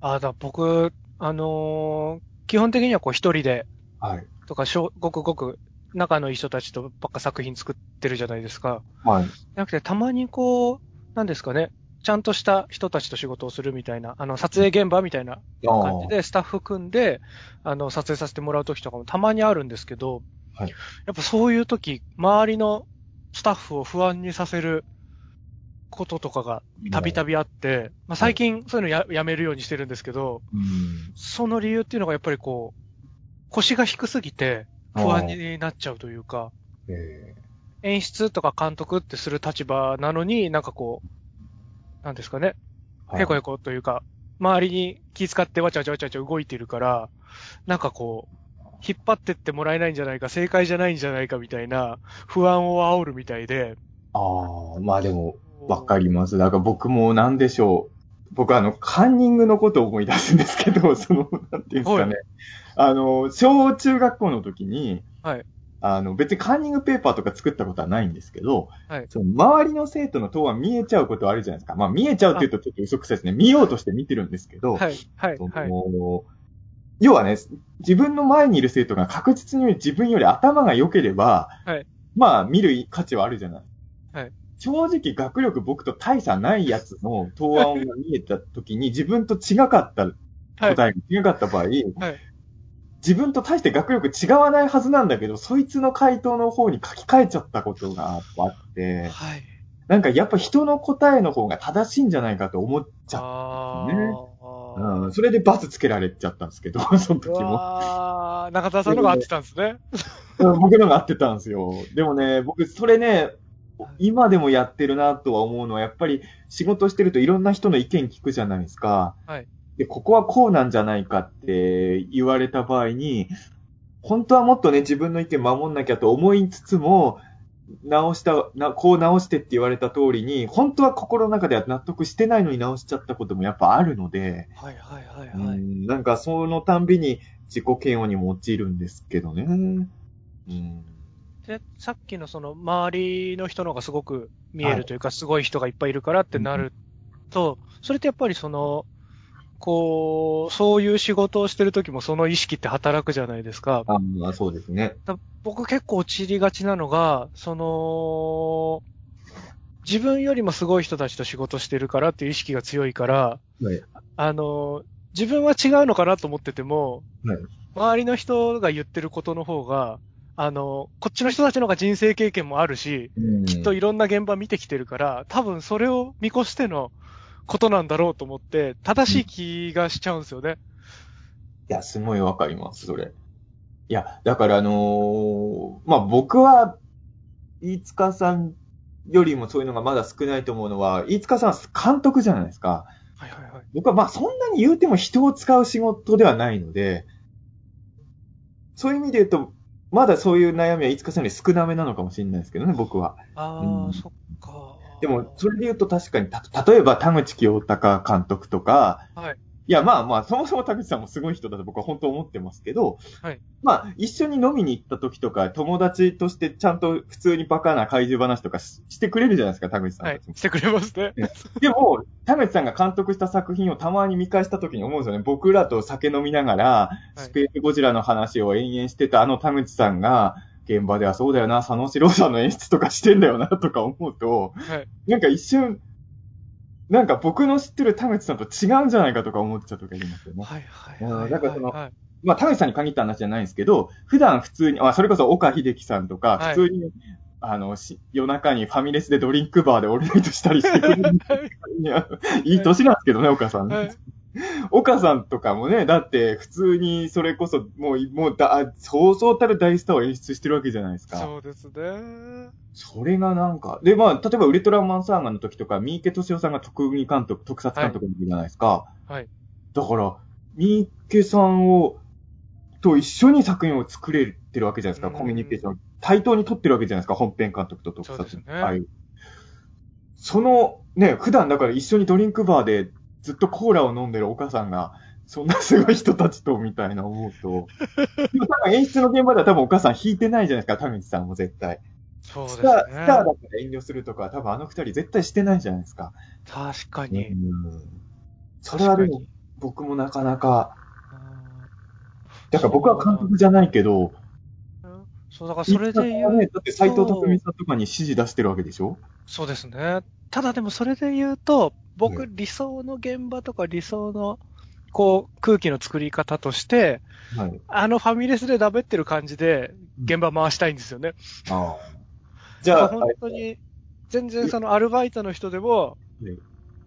Speaker 2: あ、だ、僕、あのー基本的にはこう一人で
Speaker 3: はい。
Speaker 2: とか、しょごくごく仲のいい人たちとばっか作品作ってるじゃないですか。
Speaker 3: はい。
Speaker 2: なくて、たまにこう、なんですかね、ちゃんとした人たちと仕事をするみたいな、あの、撮影現場みたいな
Speaker 3: あ
Speaker 2: 感じで、スタッフ組んで、あの、撮影させてもらう時とかもたまにあるんですけど、
Speaker 3: はい
Speaker 2: やっぱそういう時周りのスタッフを不安にさせることとかが
Speaker 3: ー
Speaker 2: たびたびあって、まあ、最近そういうのややめるようにしてるんですけど、
Speaker 3: うん
Speaker 2: その理由っていうのがやっぱりこう、腰が低すぎて不安になっちゃうというか、
Speaker 3: え
Speaker 2: 演出とか監督ってする立場なのになんかこう、なんですかね、
Speaker 3: ーはい
Speaker 2: へこへこというか、周りに気遣ってわちゃわちゃわちゃわちゃ動いてるから、なんかこう、引っ張ってってもらえないんじゃないか、正解じゃないんじゃないかみたいな不安を煽るみたいで。
Speaker 3: ああ、まあでも、わかります。だから僕もなんでしょう。僕あの、カンニングのことを思い出すんですけど、 その、なんていうんですか
Speaker 2: は
Speaker 3: ね
Speaker 2: い。
Speaker 3: あの、小中学校の時に、
Speaker 2: はい
Speaker 3: あの、別にカンニングペーパーとか作ったことはないんですけど、
Speaker 2: はい
Speaker 3: その周りの生徒の塔は見えちゃうことはあるじゃないですか。まあ見えちゃうって言うとちょっと嘘くさいですね。見ようとして見てるんですけど、
Speaker 2: はい、はい、
Speaker 3: その
Speaker 2: はい。
Speaker 3: 要はね、自分の前にいる生徒が確実に自分より頭が良ければ、
Speaker 2: はい
Speaker 3: まあ見る価値はあるじゃない。
Speaker 2: はい
Speaker 3: 正直学力僕と大差ないやつの答案が見えた時に自分と違かった
Speaker 2: はい、
Speaker 3: 答えが違かった場合、自分と大して学力違わないはずなんだけど、そいつの回答の方に書き換えちゃったことがあって、
Speaker 2: はい。
Speaker 3: なんかやっぱ人の答えの方が正しいんじゃないかと思っちゃっ
Speaker 2: あ
Speaker 3: ねた。
Speaker 2: ー
Speaker 3: うん、それでバツつけられちゃったんですけど、その
Speaker 2: う
Speaker 3: 時も。
Speaker 2: わー中田さんのが合ってたんですね。
Speaker 3: うん僕のが合ってたんですよ。でもね、僕、それね、今でもやってるなとは思うのは、やっぱり仕事してるといろんな人の意見聞くじゃないですか。
Speaker 2: はい
Speaker 3: で、ここはこうなんじゃないかって言われた場合に、本当はもっとね、自分の意見守んなきゃと思いつつも、直した、な、こう直してって言われた通りに、本当は心の中では納得してないのに直しちゃったこともやっぱあるので、
Speaker 2: はい、はい、はい、
Speaker 3: う
Speaker 2: はい。
Speaker 3: んなんかそのたんびに自己嫌悪にも陥るんですけどね。うん
Speaker 2: で、さっきのその周りの人のがすごく見えるというか、すごい人がいっぱいいるからってなると、それってやっぱりその、こう、そういう仕事をしてる時もその意識って働くじゃないですか。
Speaker 3: あまあ、そうですね。
Speaker 2: だ僕結構陥りがちなのが、その、自分よりもすごい人たちと仕事してるからっていう意識が強いから、
Speaker 3: はい
Speaker 2: あの、自分は違うのかなと思ってても、
Speaker 3: はい
Speaker 2: 周りの人が言ってることの方が、あの、こっちの人たちの方が人生経験もあるし、きっといろんな現場見てきてるから、多分それを見越してのことなんだろうと思って、正しい気がしちゃうんですよね。
Speaker 3: いや、すごいわかります、それ。いや、だからあのーまあ、僕は、飯塚さんよりもそういうのがまだ少ないと思うのは、飯塚さんは監督じゃないですか。
Speaker 2: はいはいはい。
Speaker 3: 僕はまあ、そんなに言うても人を使う仕事ではないので、そういう意味で言うと、まだそういう悩みは飯塚さんより少なめなのかもしれないですけどね、僕は。
Speaker 2: ああ、
Speaker 3: うん
Speaker 2: そっか。
Speaker 3: でも、それで言うと確かに、た、例えば田口清隆監督とか、
Speaker 2: はい。
Speaker 3: いや、まあまあ、そもそも田口さんもすごい人だと僕は本当思ってますけど、
Speaker 2: はい。
Speaker 3: まあ、一緒に飲みに行った時とか、友達としてちゃんと普通にバカな怪獣話とかししてくれるじゃないですか、田口さん
Speaker 2: は
Speaker 3: た
Speaker 2: い
Speaker 3: ちも。。
Speaker 2: してくれますね。
Speaker 3: でも、田口さんが監督した作品をたまに見返した時に思うんですよね。僕らと酒飲みながら、
Speaker 2: はい
Speaker 3: スペースゴジラの話を延々してたあの田口さんが、現場ではそうだよな、佐野史郎さんの演出とかしてんだよな、とか思うと、
Speaker 2: はい。
Speaker 3: なんか一瞬、なんか僕の知ってる田口さんと違うんじゃないかとか思っちゃう時ありますよね。
Speaker 2: はいはい
Speaker 3: うん
Speaker 2: はい。
Speaker 3: なんかその
Speaker 2: はいはい
Speaker 3: まあ、田口さんに限った話じゃないんですけど、普段普通に、あ、それこそ岡秀樹さんとか、
Speaker 2: はい
Speaker 3: 普通に、あの、し夜中にファミレスでドリンクバーでオールナイトしたりしてくれる。いや、いい年なんですけどね、岡さんね。
Speaker 2: はい
Speaker 3: 岡さんとかもね、だって普通にそれこそ、もう、もうだ、あそうそうたる大スターを演出してるわけじゃないですか。
Speaker 2: そうですね。
Speaker 3: それがなんか、で、まあ、例えばウルトラマンサーガの時とか、三池敏夫さんが特技監督、特撮監督の時じゃないですか。
Speaker 2: はい。
Speaker 3: だから、三池さんを、と一緒に作品を作れてるわけじゃないですか、
Speaker 2: うん
Speaker 3: コミュニケーション。対等に取ってるわけじゃないですか、本編監督と特撮
Speaker 2: そうですね
Speaker 3: はい。その、ね、普段だから一緒にドリンクバーでずっとコーラを飲んでるお母さんが、そんなすごい人たちと、みたいな 思うと、でも多分演出の現場では多分お母さん引いてないじゃないですか、田口さんも絶対。
Speaker 2: そうです
Speaker 3: ス
Speaker 2: ね。
Speaker 3: ター、スターだから遠慮するとか、多分あの二人絶対してないじゃないですか。
Speaker 2: 確か
Speaker 3: う
Speaker 2: に。
Speaker 3: ん。それはで
Speaker 2: 確か
Speaker 3: も
Speaker 2: に
Speaker 3: 僕もなかなか、
Speaker 2: あ
Speaker 3: だから僕は監督じゃないけど、
Speaker 2: ーそう、だからそれで言う、
Speaker 3: ね、だって斎藤匠さんとかに指示出してるわけでしょ
Speaker 2: そうですね。ただでもそれで言うと、
Speaker 3: う
Speaker 2: 僕、理想の現場とか理想の、こう、空気の作り方として、
Speaker 3: はい。
Speaker 2: あのファミレスでだべってる感じで、現場回したいんですよね。
Speaker 3: ああ。じゃあ、
Speaker 2: 本当に、全然そのアルバイトの人でも
Speaker 3: うん、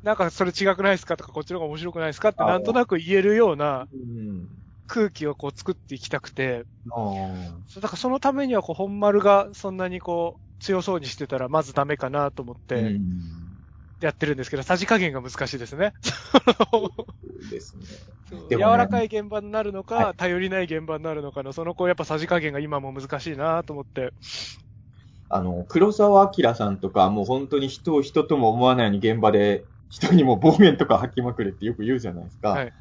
Speaker 2: なんかそれ違くないですかとか、こっちの方が面白くないですかって
Speaker 3: あー
Speaker 2: なんとなく言えるような
Speaker 3: うん。
Speaker 2: 空気をこう作っていきたくて、
Speaker 3: ああ。
Speaker 2: そうだからそのためにはこう本丸がそんなにこう強そうにしてたらまずダメかなと思っ
Speaker 3: う
Speaker 2: て
Speaker 3: ん
Speaker 2: やってるんですけど、さじ加減が難しいですね。
Speaker 3: そうですね。
Speaker 2: そう
Speaker 3: で
Speaker 2: 柔
Speaker 3: もね
Speaker 2: らかい現場になるのか、
Speaker 3: は
Speaker 2: 頼りない現場になるのかの、そのこうやっぱさじ加減が今も難しいなと思って。
Speaker 3: あの、黒沢明さんとか、もう本当に人を人とも思わないように現場で、人にも暴言とか吐きまくれってよく言うじゃないですか。
Speaker 2: はい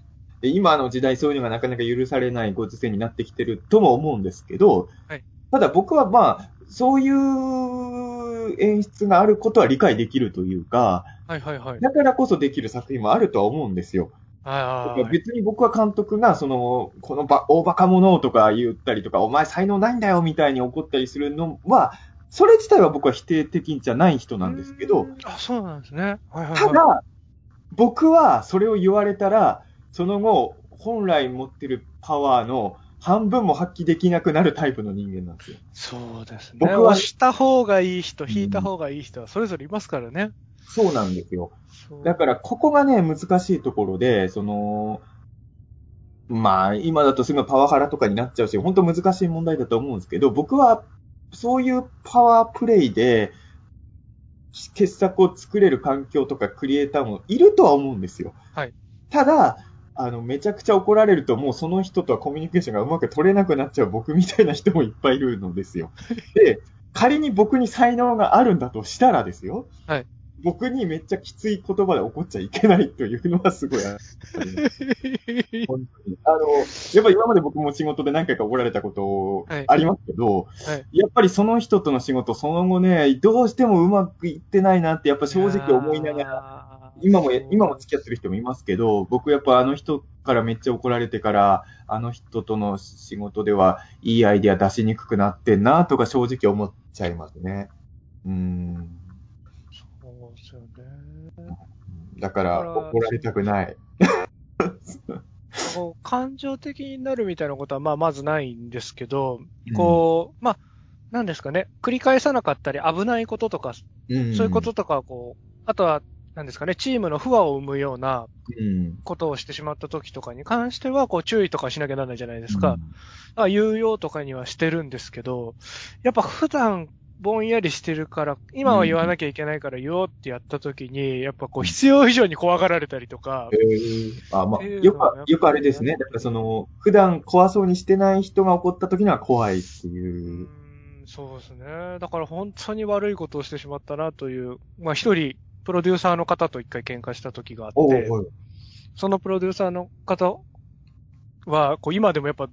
Speaker 3: で今の時代、そういうのがなかなか許されないご時世になってきてるとも思うんですけど、
Speaker 2: はい
Speaker 3: ただ僕はまあ、そういう演出があることは理解できるというか、
Speaker 2: はいはいはい。
Speaker 3: だからこそできる作品もあるとは思うんですよ。
Speaker 2: あー
Speaker 3: 別に僕は監督が、その、このば大バカ者とか言ったりとか、お前才能ないんだよみたいに怒ったりするのは、それ自体は僕は否定的じゃない人なんですけ
Speaker 2: う
Speaker 3: ど
Speaker 2: ー、ん。あ、そうなんですね。はいはい、はい。
Speaker 3: ただ、僕はそれを言われたら、その後、本来持ってるパワーの半分も発揮できなくなるタイプの人間なんですよ。
Speaker 2: そうですね。
Speaker 3: 僕
Speaker 2: 僕
Speaker 3: は
Speaker 2: はした方がいい人、
Speaker 3: ん
Speaker 2: 引いた方がいい人はそれぞれいますからね。
Speaker 3: そうなんですよ。
Speaker 2: そう
Speaker 3: だから、ここがね、難しいところで、その、まあ、今だとすぐパワハラとかになっちゃうし、本当難しい問題だと思うんですけど、僕は、そういうパワープレイで、傑作を作れる環境とかクリエイターもいるとは思うんですよ。
Speaker 2: はい。
Speaker 3: ただ、あの、めちゃくちゃ怒られると、もうその人とはコミュニケーションがうまく取れなくなっちゃう僕みたいな人もいっぱいいるのです よ。で、仮に僕に才能があるんだとしたらですよ。
Speaker 2: はい。
Speaker 3: 僕にめっちゃきつい言葉で怒っちゃいけないというのはすごいある。本 当にあの、やっぱ今まで僕も仕事で何回か怒られたこと
Speaker 2: はい
Speaker 3: ありますけど、
Speaker 2: はい
Speaker 3: やっぱりその人との仕事、その後ね、どうしてもうまくいってないなって、やっぱ正直思いながら、
Speaker 2: ら
Speaker 3: 今も、今も付き合ってる人もいますけど、僕やっぱあの人からめっちゃ怒られてから、あの人との仕事ではいいアイデア出しにくくなってんなとか正直思っちゃいますね。うん。
Speaker 2: そうですよね。
Speaker 3: だから怒られたくない。
Speaker 2: こう感情的になるみたいなことは、まあ、まずないんですけど、
Speaker 3: うん
Speaker 2: こう、まあ、なんですかね、繰り返さなかったり、危ないこととか、
Speaker 3: うん
Speaker 2: そういうこととかはこう、あとは、なんですかね、チームの不和を生むような
Speaker 3: うん。
Speaker 2: ことをしてしまった時とかに関しては、こう、注意とかしなきゃならないじゃないで
Speaker 3: です
Speaker 2: か。あ、有用とかにはしてるんですけど、やっぱ普段ぼんやりしてるから、今は言わなきゃいけないから言おうってやった時に、やっぱこう必要以上に怖がられたりとか、
Speaker 3: あま
Speaker 2: っ
Speaker 3: あ、
Speaker 2: ていう
Speaker 3: よ
Speaker 2: のはやっぱ
Speaker 3: く、よくあれですね。だからその、普段怖そうにしてない人が怒った時には怖いって
Speaker 2: うー
Speaker 3: いうん
Speaker 2: そうですね。だから本当に悪いことをしてしまったなという、まあ一人、プロデューサーの方と一回喧嘩した時があ
Speaker 3: お
Speaker 2: っ
Speaker 3: う
Speaker 2: て、
Speaker 3: おう
Speaker 2: そのプロデューサーの方は、こう今でもやっぱ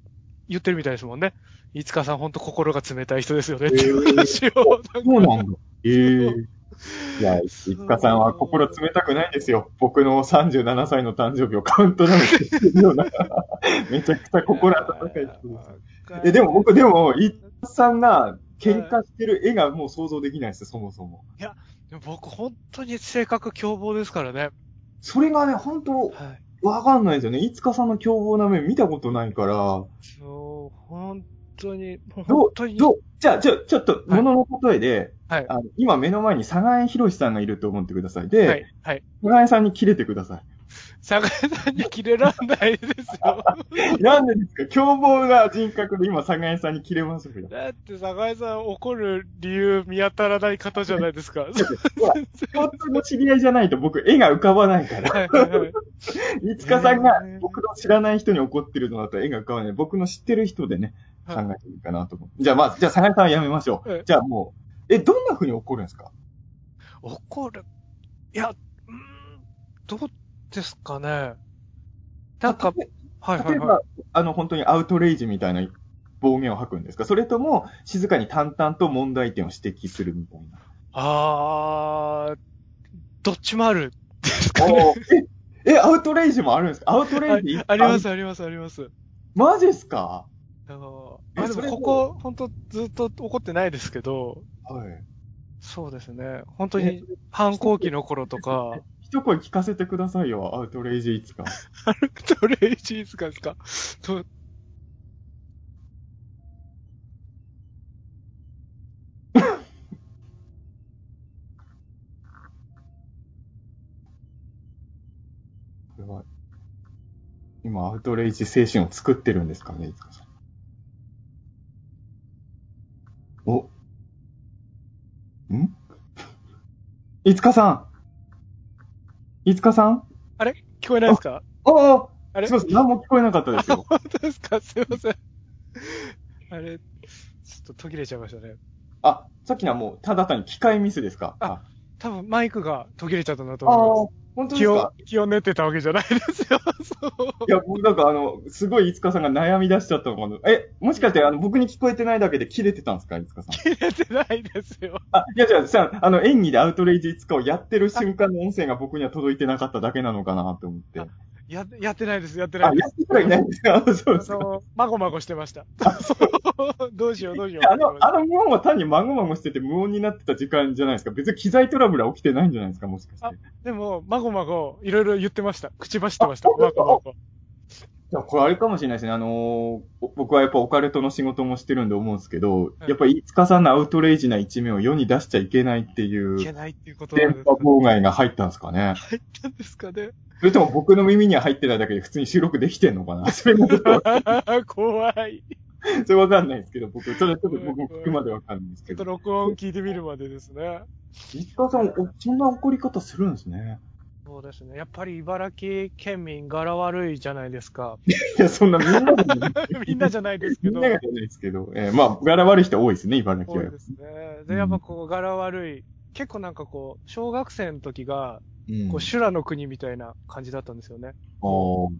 Speaker 2: 言ってるみたいですもんね。いつかさん本当心が冷たい人ですよねっていう話を、なんか
Speaker 3: そうなんだ。ええいや、いつかさんは心冷たくないですよ。僕の37歳の誕生日をカウントダウンしてる ような、めちゃくちゃ心温かい人です。え、でも僕、でも、いつかさんが喧嘩してる絵がもう想像できないです、そもそも。
Speaker 2: 僕、本当に性格凶暴ですからね。
Speaker 3: それがね、本当
Speaker 2: はい。
Speaker 3: わかんないですよね。いつかさんの凶暴な面見たことないから、
Speaker 2: そう、本当に、
Speaker 3: ど
Speaker 2: 本
Speaker 3: う、
Speaker 2: 当に。
Speaker 3: どう、じゃあ、ちょ、ちょっと、ものの例えで、
Speaker 2: はい
Speaker 3: あの今目の前に佐賀江博さんがいると思ってください。で、
Speaker 2: はい、はい。
Speaker 3: 佐賀江さんに切れてくださ
Speaker 2: 坂井さんに切れらんないですよ。
Speaker 3: い。なんでですか凶暴な人格で今佐賀江さんに切れましたけど。
Speaker 2: だって坂井さん怒る理由見当たらない方じゃないです か。はい
Speaker 3: 共通の知り合いじゃないと僕絵が浮かばないから。
Speaker 2: はいはい。
Speaker 3: いつかさんが
Speaker 2: へー
Speaker 3: 僕の知らない人に怒ってるのだと絵が浮かばない。僕の知ってる人でね、考
Speaker 2: はい
Speaker 3: えていいかなと思う。じゃあまあ、じゃあ佐賀江さんはやめましょ
Speaker 2: ええ
Speaker 3: う。じゃあもう、え、どんな風に怒るんですか
Speaker 2: 怒る。いや、うーんどうですかね。なんか、はい
Speaker 3: 例
Speaker 2: は
Speaker 3: え
Speaker 2: いは
Speaker 3: ば、あの、本当にアウトレイジみたいな暴言を吐くんですかそれとも、静かに淡々と問題点を指摘するみたいな。
Speaker 2: あー、どっちもある。ですかね。
Speaker 3: おーえ、えアウトレイジもあるんですかアウトレイジ一般
Speaker 2: あります、あります、あります。
Speaker 3: マジですか
Speaker 2: あの
Speaker 3: え
Speaker 2: まあでも
Speaker 3: それも
Speaker 2: ここ、本当ずっと怒ってないですけど、
Speaker 3: はい。
Speaker 2: そうですね。本当
Speaker 3: え
Speaker 2: に反抗期の頃とか、
Speaker 3: 一声聞かせてくださいよ、アウトレイジいつか。
Speaker 2: どれチーズかですかと、
Speaker 3: これは、今、アウトレイジ精神を作ってるんですかね、いつかさん。おん いつかさんいつかさん
Speaker 2: あれ聞こえないですか
Speaker 3: ああ
Speaker 2: あれ
Speaker 3: すいません、何も聞こえなかった ですよ。
Speaker 2: 本当ですかすいません。あれ、ちょっと途切れちゃいましたね。
Speaker 3: あ、さっきのはもう、ただ単に機械ミスですか
Speaker 2: あ多分マイクが途切れちゃったんだと
Speaker 3: ああ
Speaker 2: 思いま
Speaker 3: ー、本当
Speaker 2: す。
Speaker 3: です
Speaker 2: 気
Speaker 3: か
Speaker 2: を、気を練ってたわけじゃないですよ。そう。
Speaker 3: いや、僕なんかあの、すごいいつかさんが悩み出しちゃったのかな。え、もしかしてあの、僕に聞こえてないだけで切れてたんですかいつかさん。
Speaker 2: 切れてないですよ。
Speaker 3: あ、いや、じゃあ、さ、あの、演技でアウトレイジいつかをやってる瞬間の音声が僕には届いてなかっただけなのかなと思って。あ、
Speaker 2: や、やってないです、やって
Speaker 3: や
Speaker 2: な
Speaker 3: っ
Speaker 2: いです。
Speaker 3: てはいないんですかそうです
Speaker 2: あ
Speaker 3: か。
Speaker 2: の、まごまごしてました。どうしよう、どうし
Speaker 3: いう
Speaker 2: よ。
Speaker 3: やあの、あの無音は単にまごまごしてて無音になってた時間じゃないですか。別に機材トラブルは起きてないんじゃないですか、もしかして。
Speaker 2: あでも、まごまご、いろいろ言ってました。口走ってました。
Speaker 3: あ
Speaker 2: まごまご。
Speaker 3: いやこれあれかもしれないですね。あのーお僕はやっぱオカルトの仕事もしてるんで思うんですけど、
Speaker 2: はい
Speaker 3: やっぱりいつかさんのアウトレイジな一面を世に出しちゃいけないってい
Speaker 2: いけ
Speaker 3: う、
Speaker 2: ないっていうことなんで
Speaker 3: 電
Speaker 2: す
Speaker 3: 波
Speaker 2: か
Speaker 3: 妨害が入ったんですかね。
Speaker 2: 入ったんですかね。
Speaker 3: それとも僕の耳には入ってないだけで普通に収録できてんのかな それもちょっと、
Speaker 2: 怖い。
Speaker 3: それわかんないですけど、僕、それちょっと僕も聞くまでわかんないです
Speaker 2: ちょ
Speaker 3: け
Speaker 2: っと
Speaker 3: ど。
Speaker 2: 録音聞いてみるまでですね。
Speaker 3: いつかさん、おそんな怒り方するんですね。
Speaker 2: そうですね。やっぱり茨城県民柄悪いじゃないで すか。
Speaker 3: いや、そんなみんなじゃない
Speaker 2: みんなじゃないですけ
Speaker 3: みん
Speaker 2: ど
Speaker 3: な。がじゃないですけど、えーまあ、柄悪い人多いですね、茨城
Speaker 2: そ
Speaker 3: は
Speaker 2: う。ですね。で、やっぱこう、柄悪い。結構なんかこう、小学生の時が、
Speaker 3: うん
Speaker 2: こう、修羅の国みたいな感じだったんですよね。
Speaker 3: おー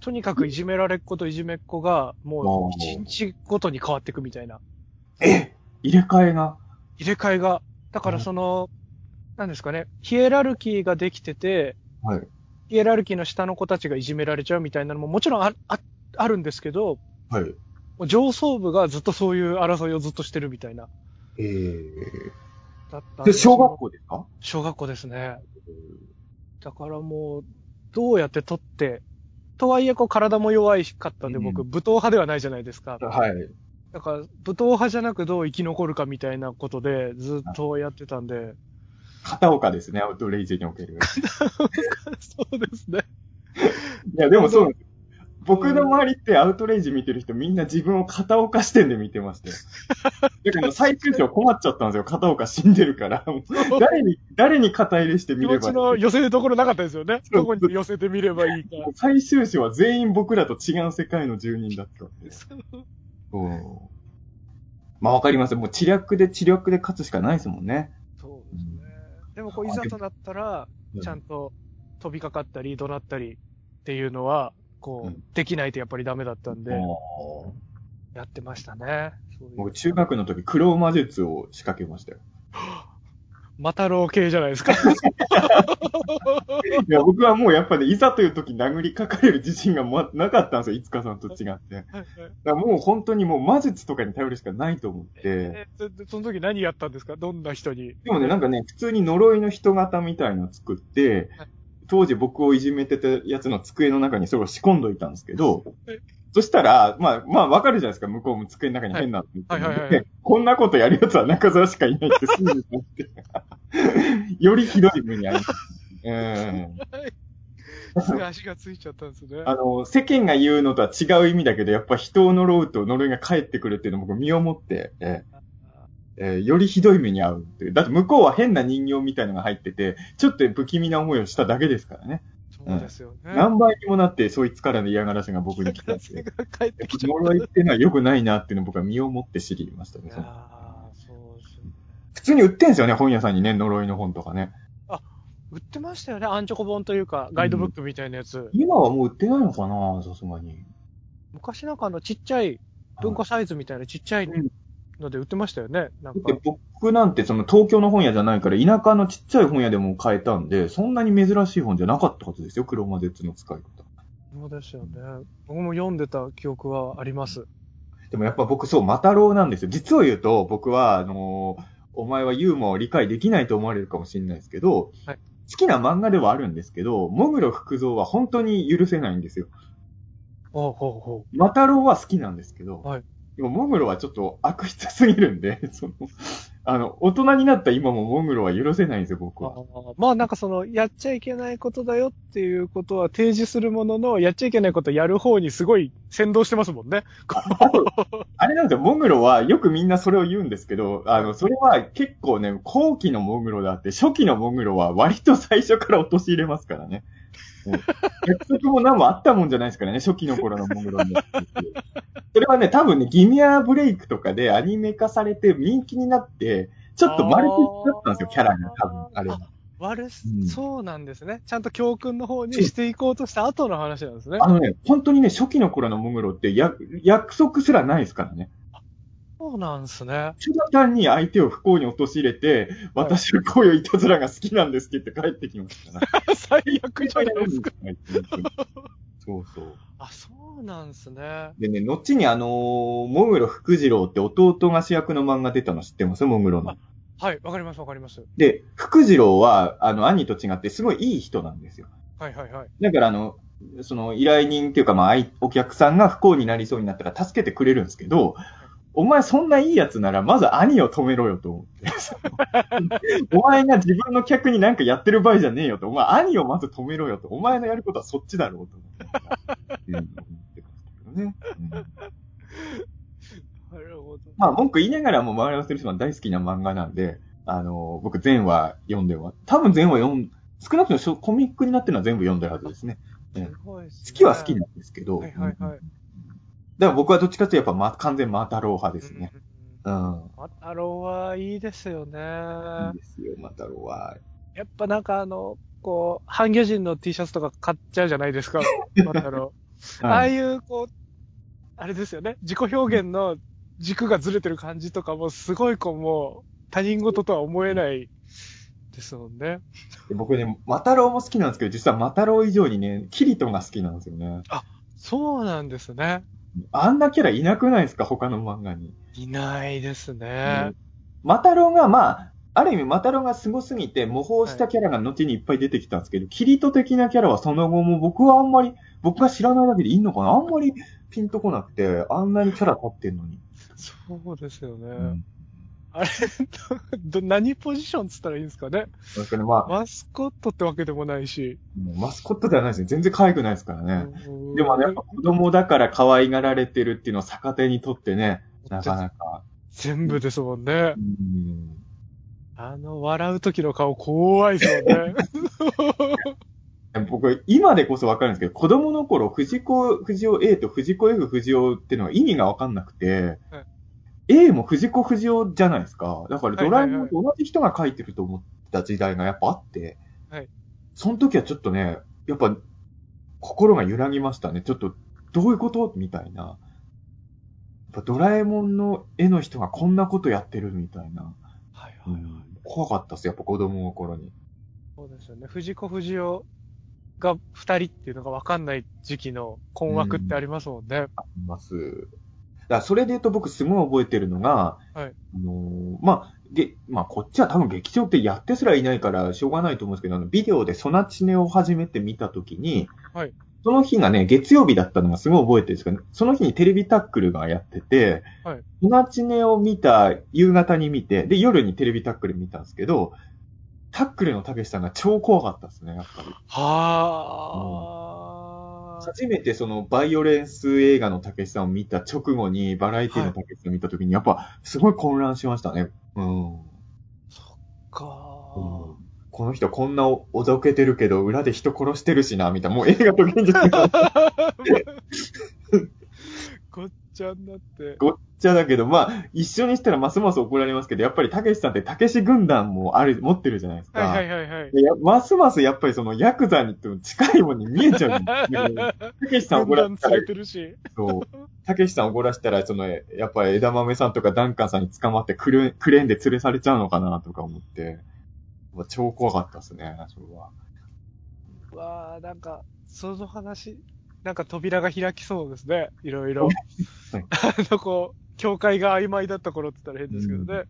Speaker 2: とにかくいじめられっ子といじめっ子が、も
Speaker 3: あー
Speaker 2: う一日ごとに変わっていくみたいな。
Speaker 3: え入れ替えが。
Speaker 2: 入れ替えが。だからその、なんですかね、ヒエラルキーができてて、
Speaker 3: はい。
Speaker 2: ヒエラルキーの下の子たちがいじめられちゃうみたいなのももちろんあああるんですけど、
Speaker 3: はい。
Speaker 2: もう上層部がずっとそういう争いをずっとしてるみたいな。
Speaker 3: え
Speaker 2: だった
Speaker 3: ー、
Speaker 2: ん
Speaker 3: で、
Speaker 2: で
Speaker 3: 小学校ですか
Speaker 2: 小学校ですね。だからもう、どうやって取って、とはいえこう体も弱いかったんで、
Speaker 3: うん
Speaker 2: 僕、武闘派ではないじゃないですか。
Speaker 3: はい。
Speaker 2: だから、武闘派じゃなくどう生き残るかみたいなことで、ずっとやってたんで。
Speaker 3: 片岡ですね、アウトレイジにおける。
Speaker 2: そうですね。
Speaker 3: いや、でもそうなんですよ。僕の周りってアウトレイジ見てる人みんな自分を片岡視点で見てまして。だから最終章困っちゃったんですよ。片岡死んでるから。もう誰に、誰に肩入れして
Speaker 2: 気
Speaker 3: 見れ
Speaker 2: 持ち
Speaker 3: ば
Speaker 2: の
Speaker 3: いい。
Speaker 2: 寄せどころなかったですよね。
Speaker 3: そう
Speaker 2: どこに寄せてみればいいか。
Speaker 3: 最終章は全員僕らと違う世界の住人だったんで。うんまあわかります。もう知略で知略で勝つしかないですもんね。
Speaker 2: そうですね。でもこう、いざとなったら、ちゃんと飛びかかったり、怒鳴ったりっていうの
Speaker 3: う
Speaker 2: は、こ
Speaker 3: ん
Speaker 2: う、できないとやっぱりダメだったんで、
Speaker 3: もう
Speaker 2: やってましたね。そういう
Speaker 3: 僕中学の時黒魔術を仕掛けましたよ。
Speaker 2: マタロウ系じゃないですか。
Speaker 3: いや、僕はもうやっぱり、いざという時殴りかかれる自信がまなかったんですよ、いつかさんと違って。だからもう本当にもう魔術とかに頼るしかないと思って。
Speaker 2: えそその時何やったんですかどんな人に。
Speaker 3: でもね、なんかね、普通に呪いの人型みたいのを作って
Speaker 2: はい、
Speaker 3: 当時僕をいじめてたやつの机の中にそれを仕込んどいたんですけど
Speaker 2: はい、
Speaker 3: そしたら、まあ、まあわかるじゃないですか、向こうも机の中に変なの見て
Speaker 2: はいはいはいはい
Speaker 3: でこんなことやるやつは中沢しかいないってすぐに思って、 よりひどい目に遭いました。うん
Speaker 2: すぐ足がついちゃったんですね。
Speaker 3: あの、世間が言うのとは違う意味だけど、やっぱ人を呪うと呪いが返ってくるっていうのを僕身をもって、ええええよりひどい目に遭うっていう。だって向こうは変な人形みたいのが入ってて、ちょっと不気味な思いをしただけですからね。
Speaker 2: そうですよね。
Speaker 3: 何倍にもなって、そいつからの嫌がらせが僕に来 たん
Speaker 2: 風
Speaker 3: で。
Speaker 2: が帰ってきちゃった。
Speaker 3: 呪いっていうのは良くないなっていうのを僕は身をもって知りました
Speaker 2: い
Speaker 3: ね
Speaker 2: や。ーそうですよね。
Speaker 3: 普通に売ってんですよね、本屋さんにね、呪いの本とかね。
Speaker 2: 売ってましたよね。アンチョコ本というか、ガイドブックみたいなやつ。
Speaker 3: 今はもう売ってないのかな、さすがに。
Speaker 2: 昔なんかあの、ちっちゃい、文庫サイズみたいなちっちゃいので売ってましたよね。なんか
Speaker 3: で、僕なんてその東京の本屋じゃないから、田舎のちっちゃい本屋でも買えたんで、そんなに珍しい本じゃなかったはずですよ、クロマゼッツの使い方。
Speaker 2: そうですよね。僕も読んでた記憶はあります。
Speaker 3: でもやっぱ僕そう、マタロウなんですよ。実を言うと、僕は、あのーお前はユーモアを理解できないと思われるかもしれないですけど、
Speaker 2: はい
Speaker 3: 好きな漫画ではあるんですけど、モグロ福造は本当に許せないんですよ。
Speaker 2: ほうほうほ
Speaker 3: マタロウは好きなんですけど、
Speaker 2: はい
Speaker 3: でもモグロはちょっと悪質すぎるんで、その、あの、大人になった今もモグロは許せないんですよ、僕
Speaker 2: う。
Speaker 3: は。
Speaker 2: あーまあなんかその、やっちゃいけないことだよっていうことは提示するものの、やっちゃいけないことやる方にすごい先導してますもん ね。
Speaker 3: あれなんですよ、モグロはよくみんなそれを言うんですけど、あの、それは結構ね、後期のモグロだって、初期のモグロは割と最初から落とし入れますからね。もう約束も何もあったもんじゃないですからね、初期の頃のモグロに。それはね、多分ね、ギミアブレイクとかでアニメ化されて人気になって、ちょっと丸くいっちゃったんですよ、キャラが多分、あれは。
Speaker 2: 悪す、
Speaker 3: うん
Speaker 2: そうなんですね。ちゃんと教訓の方にしていこうとした後の話なんですね。
Speaker 3: あのね、本当にね、初期の頃のモグロってや約束すらないですからね。
Speaker 2: そうなんですね。
Speaker 3: ただ単に相手を不幸に陥れて、私はこういういたずらが好きなんですって言って帰ってきましたから。
Speaker 2: 最悪じゃないですか。
Speaker 3: そうそう。
Speaker 2: あ、そうなんですね。
Speaker 3: でね、後にあのー、モグロ福次郎って弟が主役の漫画出たの知ってますモグロの
Speaker 2: あ。はい、わかりますわかります。
Speaker 3: で、福次郎は、あの、兄と違ってすごいいい人なんですよ。
Speaker 2: はいはいはい。
Speaker 3: だからあの、その依頼人っていうか、まああい、お客さんが不幸になりそうになったら助けてくれるんですけど、お前そんないいやつなら、まず兄を止めろよと思 って。そのお前が自分の客になんかやってる場合じゃねえよと。お前兄をまず止めろよと。お前のやることはそっちだろうと思って。 うん思ってましたけどね。うん
Speaker 2: なるほど。
Speaker 3: まあ、文句言いながらも、周りのステルスマン大好きな漫画なんで、あの僕全話読んでは、多分全話読ん、少なくともしょコミックになってるのは全部読んでるはずですね。
Speaker 2: すごいですね。
Speaker 3: 好きは好きなんですけど。
Speaker 2: はいはいはい。
Speaker 3: だから僕はどっちかというとやっぱ、ま、完全マタロウ派ですね。
Speaker 2: うん。
Speaker 3: うん。
Speaker 2: マタロウはいいですよね。
Speaker 3: いいですよ、マタロウは。
Speaker 2: やっぱなんかあの、こう、半魚人の T シャツとか買っちゃうじゃな いですか、マタロウ。ああ
Speaker 3: はい。
Speaker 2: いう、こう、あれですよね、自己表現の軸がずれてる感じとかも、すごいこう、もう、他人事とは思えないですもんね。
Speaker 3: で僕ね、マタロウも好きなんですけど、実はマタロウ以上にね、キリトが好きなんですよね。
Speaker 2: そうなんですね。
Speaker 3: あんなキャラいなくないですか、他の漫画に。
Speaker 2: いないですね。
Speaker 3: マタロウが、まあ、ある意味、マタロウが凄すぎて、模倣したキャラが後にいっぱい出てきたんですけど、キリト的なキャラはその後も僕はあんまり、僕が知らないだけでいいのかなあんまりピンとこなくて、あんなにキャラ立ってんのに。
Speaker 2: そうですよね。
Speaker 3: うん。
Speaker 2: あれ、ど、何ポジションつったらいいんですかね。
Speaker 3: だからまあ、
Speaker 2: マスコットってわけでもないし。
Speaker 3: マスコットではないですね。全然可愛くないですからね。
Speaker 2: うん
Speaker 3: でもね、やっぱ子供だから可愛がられてるっていうのを逆手にとってね、なかなか。
Speaker 2: 全部ですもんね
Speaker 3: う。ん
Speaker 2: あの、笑う時の顔怖いですもんね。
Speaker 3: 僕、今でこそわかるんですけど、子供の頃、藤子、藤尾 A と藤子 F 藤尾っていうのは意味がわかんなくて、
Speaker 2: は
Speaker 3: A も藤子不二雄じゃないですか。だからドラえも
Speaker 2: は
Speaker 3: ん
Speaker 2: い
Speaker 3: と同じ人が書いてると思ってた時代がやっぱあって、
Speaker 2: はい
Speaker 3: その時はちょっとね、やっぱ心が揺らぎましたね。ちょっとどういうことみたいな。やっぱドラえもんの絵の人がこんなことやってるみたいな。
Speaker 2: はいは
Speaker 3: う
Speaker 2: い。
Speaker 3: ん怖かったっす、やっぱ子供の頃に。
Speaker 2: そうですよね。藤子不二雄が二人っていうのがわかんない時期の困惑ってありますもんね。
Speaker 3: います。だからそれで言うと僕すごい覚えてるのが、
Speaker 2: はい
Speaker 3: あのーまあ、げ、まあ、こっちは多分劇場ってやってすらいないからしょうがないと思うんですけど、あの、ビデオでソナチネを初めて見たときに、
Speaker 2: はい
Speaker 3: その日がね、月曜日だったのがすごい覚えてるんですけど、その日にテレビタックルがやってて、
Speaker 2: はい
Speaker 3: ソナチネを見た、夕方に見て、で、夜にテレビタックル見たんですけど、タックルのたけしさんが超怖かったですね、やっぱり。
Speaker 2: はあ。
Speaker 3: 初めてそのバイオレンス映画のたけしさんを見た直後に、バラエティのたけしさんを見たときに、やっぱすごい混乱しましたね。うん。
Speaker 2: か
Speaker 3: この人こんなおおどけてるけど、裏で人殺してるしな、みたいな。もう映画と現実が。
Speaker 2: ごっちゃになって。
Speaker 3: ごっちゃだけど、まあ、一緒にしたらますます怒られますけど、やっぱりたけしさんってたけし軍団もある、持ってるじゃないですか。
Speaker 2: はいはいはいはい。
Speaker 3: でやますますやっぱりそのヤクザにと近いものに見えちゃうんですよ ねたけしさん怒
Speaker 2: 軍
Speaker 3: ら
Speaker 2: 団
Speaker 3: せたら
Speaker 2: 連れ、てるし。
Speaker 3: そう。たけしさん怒らせたら、その、えやっぱり枝豆さんとかダンカンさんに捕まってクレクレーンで連れされちゃうのかなとか思って、まあ、超怖かったですね、それは。
Speaker 2: うわあなんか、その話、なんか扉が開きそうですね。いろいろ。
Speaker 3: はい
Speaker 2: あの、こう、境界が曖昧だった頃って言ったら変ですけどね。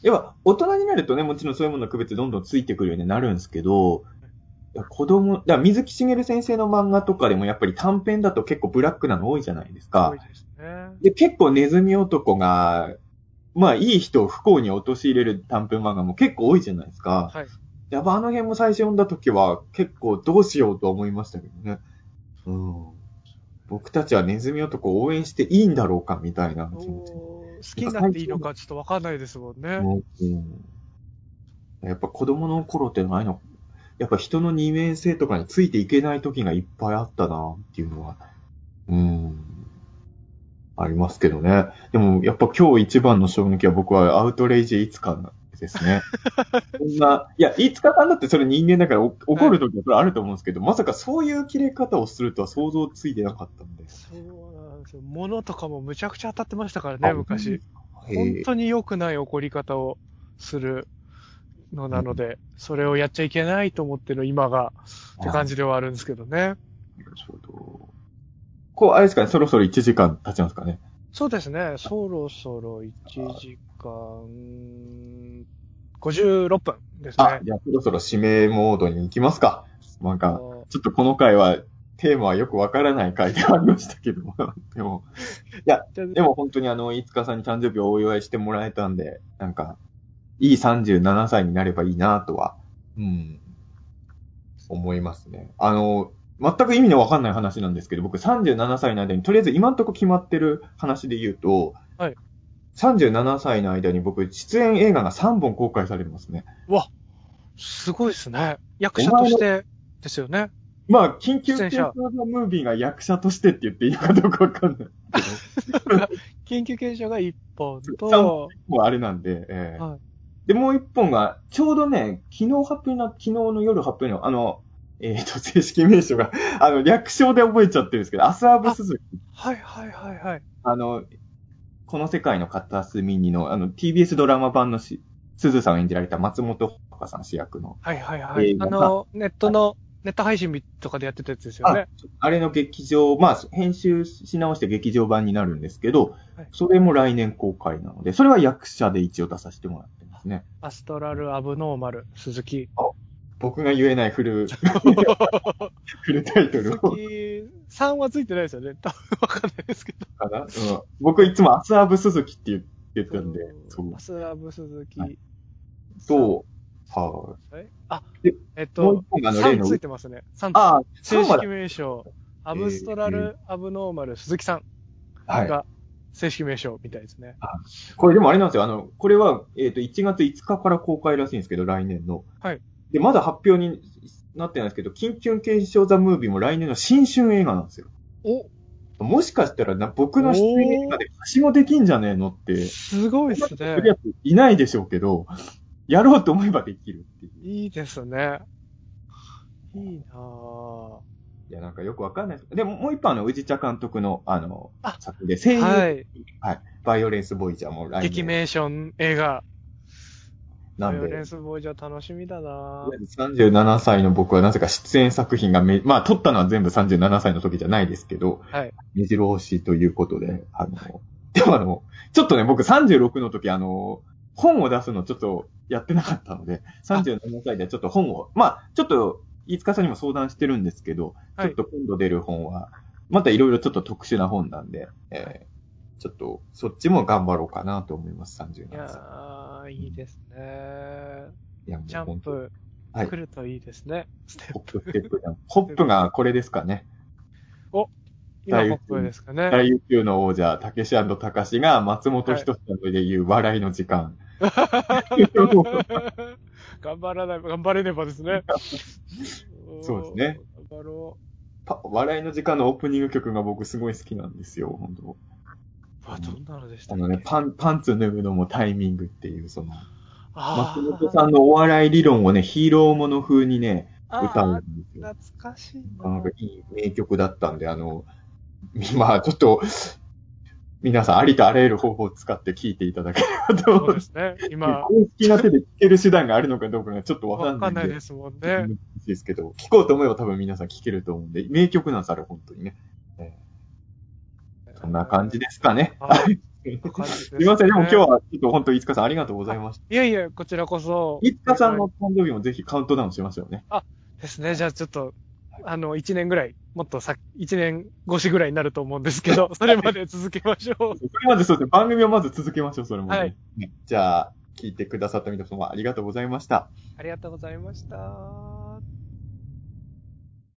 Speaker 3: やっぱ、大人になるとね、もちろんそういうものの区別どんどんついてくるようになるんですけど、いや子供、だから水木しげる先生の漫画とかでもやっぱり短編だと結構ブラックなの多いじゃないですか
Speaker 2: 多い。ですね。
Speaker 3: で、結構ネズミ男が、まあいい人を不幸に陥れる短編漫画も結構多いじゃないですか。
Speaker 2: はい。
Speaker 3: やっぱあの辺も最初読んだ時は結構どうしようと思いましたけどね。うん。僕たちはネズミ男を応援していいんだろうかみたいな気持ちに
Speaker 2: おー好きになっていいのかちょっとわかんないですもんね。
Speaker 3: うんやっぱ子供の頃ってないの、やっぱ人の二面性とかについていけない時がいっぱいあったなっていうのは、うん、ありますけどね。でもやっぱ今日一番の衝撃は僕はアウトレイジいつかなんです ね。そんな、いや、いつかさんだってそれ人間だからお怒る時はそれあると思うんですけど、まさかそういう切れ方をするとは想像ついてなかったんで。
Speaker 2: そうなんですよ。物とかもむちゃくちゃ当たってましたからね、
Speaker 3: あ
Speaker 2: 昔。
Speaker 3: へえ
Speaker 2: 本当に良くない怒り方をするのなので、それをやっちゃいけないと思っての今が、って感じではあるんですけどね。
Speaker 3: なるほど。こう、あれですかね、そろそろ1時間経ちますかね。
Speaker 2: そうですね、そろそろ1時間56分です
Speaker 3: あ
Speaker 2: ね、。
Speaker 3: じゃあそろそろ指名モードに行きますか。なん
Speaker 2: あ
Speaker 3: か、
Speaker 2: の
Speaker 3: ちょっとこの回は、テーマはよくわからない回ではありましたけど、 でも、
Speaker 2: じゃあ
Speaker 3: でも本当にあの、いつかさんに誕生日をお祝いしてもらえたんで、なんか、いい37歳になればいいなとは、うん、思いますね。あの、全く意味のわかんない話なんですけど、僕37歳の間に、とりあえず今んとこ決まってる話で言うと、
Speaker 2: はい
Speaker 3: 37歳の間に僕、出演映画が3本公開されますね。
Speaker 2: すごいですね。役者としてですよね。
Speaker 3: まあ、緊急
Speaker 2: 出演
Speaker 3: 警
Speaker 2: 者
Speaker 3: 察ムービーが役者としてって言っていいかどうかわかんない けど。
Speaker 2: 緊急検証が1本
Speaker 3: 三
Speaker 2: と、
Speaker 3: もうあれなんで、ええ
Speaker 2: はい
Speaker 3: で、もう一本が、ちょうどね、昨日発表な、昨日の夜発表の、あの、えっ、と、正式名称が、 あの、略称で覚えちゃってるんですけど、アスアブスズキ、
Speaker 2: はいはいはいはい。
Speaker 3: あの、この世界の片隅にの、あの、TBS ドラマ版のし、鈴さんを演じられた松本穂香さん主役の、
Speaker 2: はいはいはい
Speaker 3: 映。画
Speaker 2: あの、ネットの、ネット配信とかでやってたやつですよね。
Speaker 3: あれの劇場、まあ、編集し直して劇場版になるんですけど、
Speaker 2: はい
Speaker 3: それも来年公開なので、それは役者で一応出させてもらってますね。
Speaker 2: アストラル・アブノーマル、鈴木。
Speaker 3: 僕が言えないフ ル、フルタイト
Speaker 2: 鈴
Speaker 3: ル
Speaker 2: 木
Speaker 3: を。
Speaker 2: 3はついてないです よね。多分わかんないですけど。
Speaker 3: かな、うん、僕いつもアスアブスズキって言ってたんで、そう
Speaker 2: ア。スラブ鈴木。
Speaker 3: はいと、は
Speaker 2: えあ
Speaker 3: で、
Speaker 2: えっ
Speaker 3: い。もう
Speaker 2: と
Speaker 3: 一、本があの例
Speaker 2: 3
Speaker 3: の
Speaker 2: つい、てますね。3
Speaker 3: ああ、
Speaker 2: 正
Speaker 3: そうま
Speaker 2: 式
Speaker 3: で
Speaker 2: 名称、アブストラル・アブノーマル、鈴木さん
Speaker 3: はい。
Speaker 2: が正式名称みたいですね。
Speaker 3: これでもあれなんですよ。あの、これは、えっ、と、1月5日から公開らしいんですけど、来年の。
Speaker 2: はい。
Speaker 3: で、まだ発表になってないんですけど、緊急検証ザ・ムービーも来年の新春映画なんですよ。
Speaker 2: お
Speaker 3: もしかしたらな、僕の出演映画ではしごできんじゃねえのって、
Speaker 2: すごいです
Speaker 3: やるや
Speaker 2: ね。
Speaker 3: ついないでしょうけど、やろうと思えばできるっていう。
Speaker 2: いいですね。いいなぁ。
Speaker 3: いや、なんかよくわかんないです。でも、もう一本あの、宇治茶監督の、あの
Speaker 2: あ、
Speaker 3: 作で、声優、
Speaker 2: はい。
Speaker 3: バイオレンス・ボイジャーも来
Speaker 2: 激
Speaker 3: 年
Speaker 2: 名ション映画。
Speaker 3: な
Speaker 2: バイ
Speaker 3: ん
Speaker 2: オレ
Speaker 3: で
Speaker 2: ン、スボーイじゃ楽しみだなぁ。
Speaker 3: 37歳の僕はなぜか出演作品がめ、まあ撮ったのは全部37歳の時じゃないですけど、
Speaker 2: はい。
Speaker 3: 目白押しということで、あの、 でもあの、ちょっとね、僕36の時あの、本を出すのちょっとやってなかったので、37歳でちょっと本を、まあ、ちょっと、飯塚さんにも相談してるんですけど、
Speaker 2: は
Speaker 3: ち
Speaker 2: い
Speaker 3: ょっと今度出る本は、またいろいろちょっと特殊な本なんで、えーちょっと、そっちも頑張ろうかなと思います、37
Speaker 2: い
Speaker 3: 歳。
Speaker 2: やーいいですね。
Speaker 3: いやもう
Speaker 2: ジャンプ、
Speaker 3: はい
Speaker 2: 来るといいですね。ステッ
Speaker 3: ホ
Speaker 2: プ。
Speaker 3: ップステップじゃん。ホップがこれですかね。
Speaker 2: 今、
Speaker 3: 大
Speaker 2: ホ
Speaker 3: 宇宙
Speaker 2: ップですかね。
Speaker 3: 大宇宙の王者、たけしたかしが松本人志さんで言う笑いの時間。
Speaker 2: 頑張らない、頑張れねばですね。
Speaker 3: そうですね
Speaker 2: おー。頑張ろ
Speaker 3: パ笑いの時間のオープニング曲が僕すごい好きなんですよ、本当
Speaker 2: あ、どんなのでした
Speaker 3: あ
Speaker 2: っ
Speaker 3: のね、
Speaker 2: け
Speaker 3: パン、パンツ脱ぐのもタイミングっていう、その、
Speaker 2: あ
Speaker 3: 松
Speaker 2: ー
Speaker 3: 本さんのお笑い理論をね、ヒーローもの風にね、
Speaker 2: あー
Speaker 3: 歌うんですよ。
Speaker 2: 懐かしいな。
Speaker 3: なんかいい名曲だったんで、あの、まあちょっと、皆さんありとあらゆる方法を使って聞いていただければと思
Speaker 2: そううんで
Speaker 3: です
Speaker 2: すね。
Speaker 3: け
Speaker 2: 今
Speaker 3: ど、、公式な手で聞ける手段があるのかどうかがちょっとわか
Speaker 2: わ
Speaker 3: ん
Speaker 2: かん
Speaker 3: な
Speaker 2: な
Speaker 3: いん
Speaker 2: いで
Speaker 3: で、
Speaker 2: すもんね
Speaker 3: 難。しいですけど、聞こうと思えば多分皆さん聞けると思うんで、名曲なんです、あれ本当にね。そんな感じですかね。
Speaker 2: はい。
Speaker 3: すみません、でも今日
Speaker 2: は。
Speaker 3: はちょっと本当、いつかさんありがとうございました。
Speaker 2: いやいや、こちらこそ。
Speaker 3: いつかさんの誕生日もぜひカウントダウンしましょうね。
Speaker 2: ですね。じゃあちょっと、あの、1年ぐらい、もっとさ、1年越しぐらいになると思うんですけど、それまで続けましょ
Speaker 3: それまでそうですね、番組をまず続けましょう、それも、ね。
Speaker 2: はい
Speaker 3: じゃあ、聞いてくださった皆様ありがとうございました。
Speaker 2: う。ありがとうございました。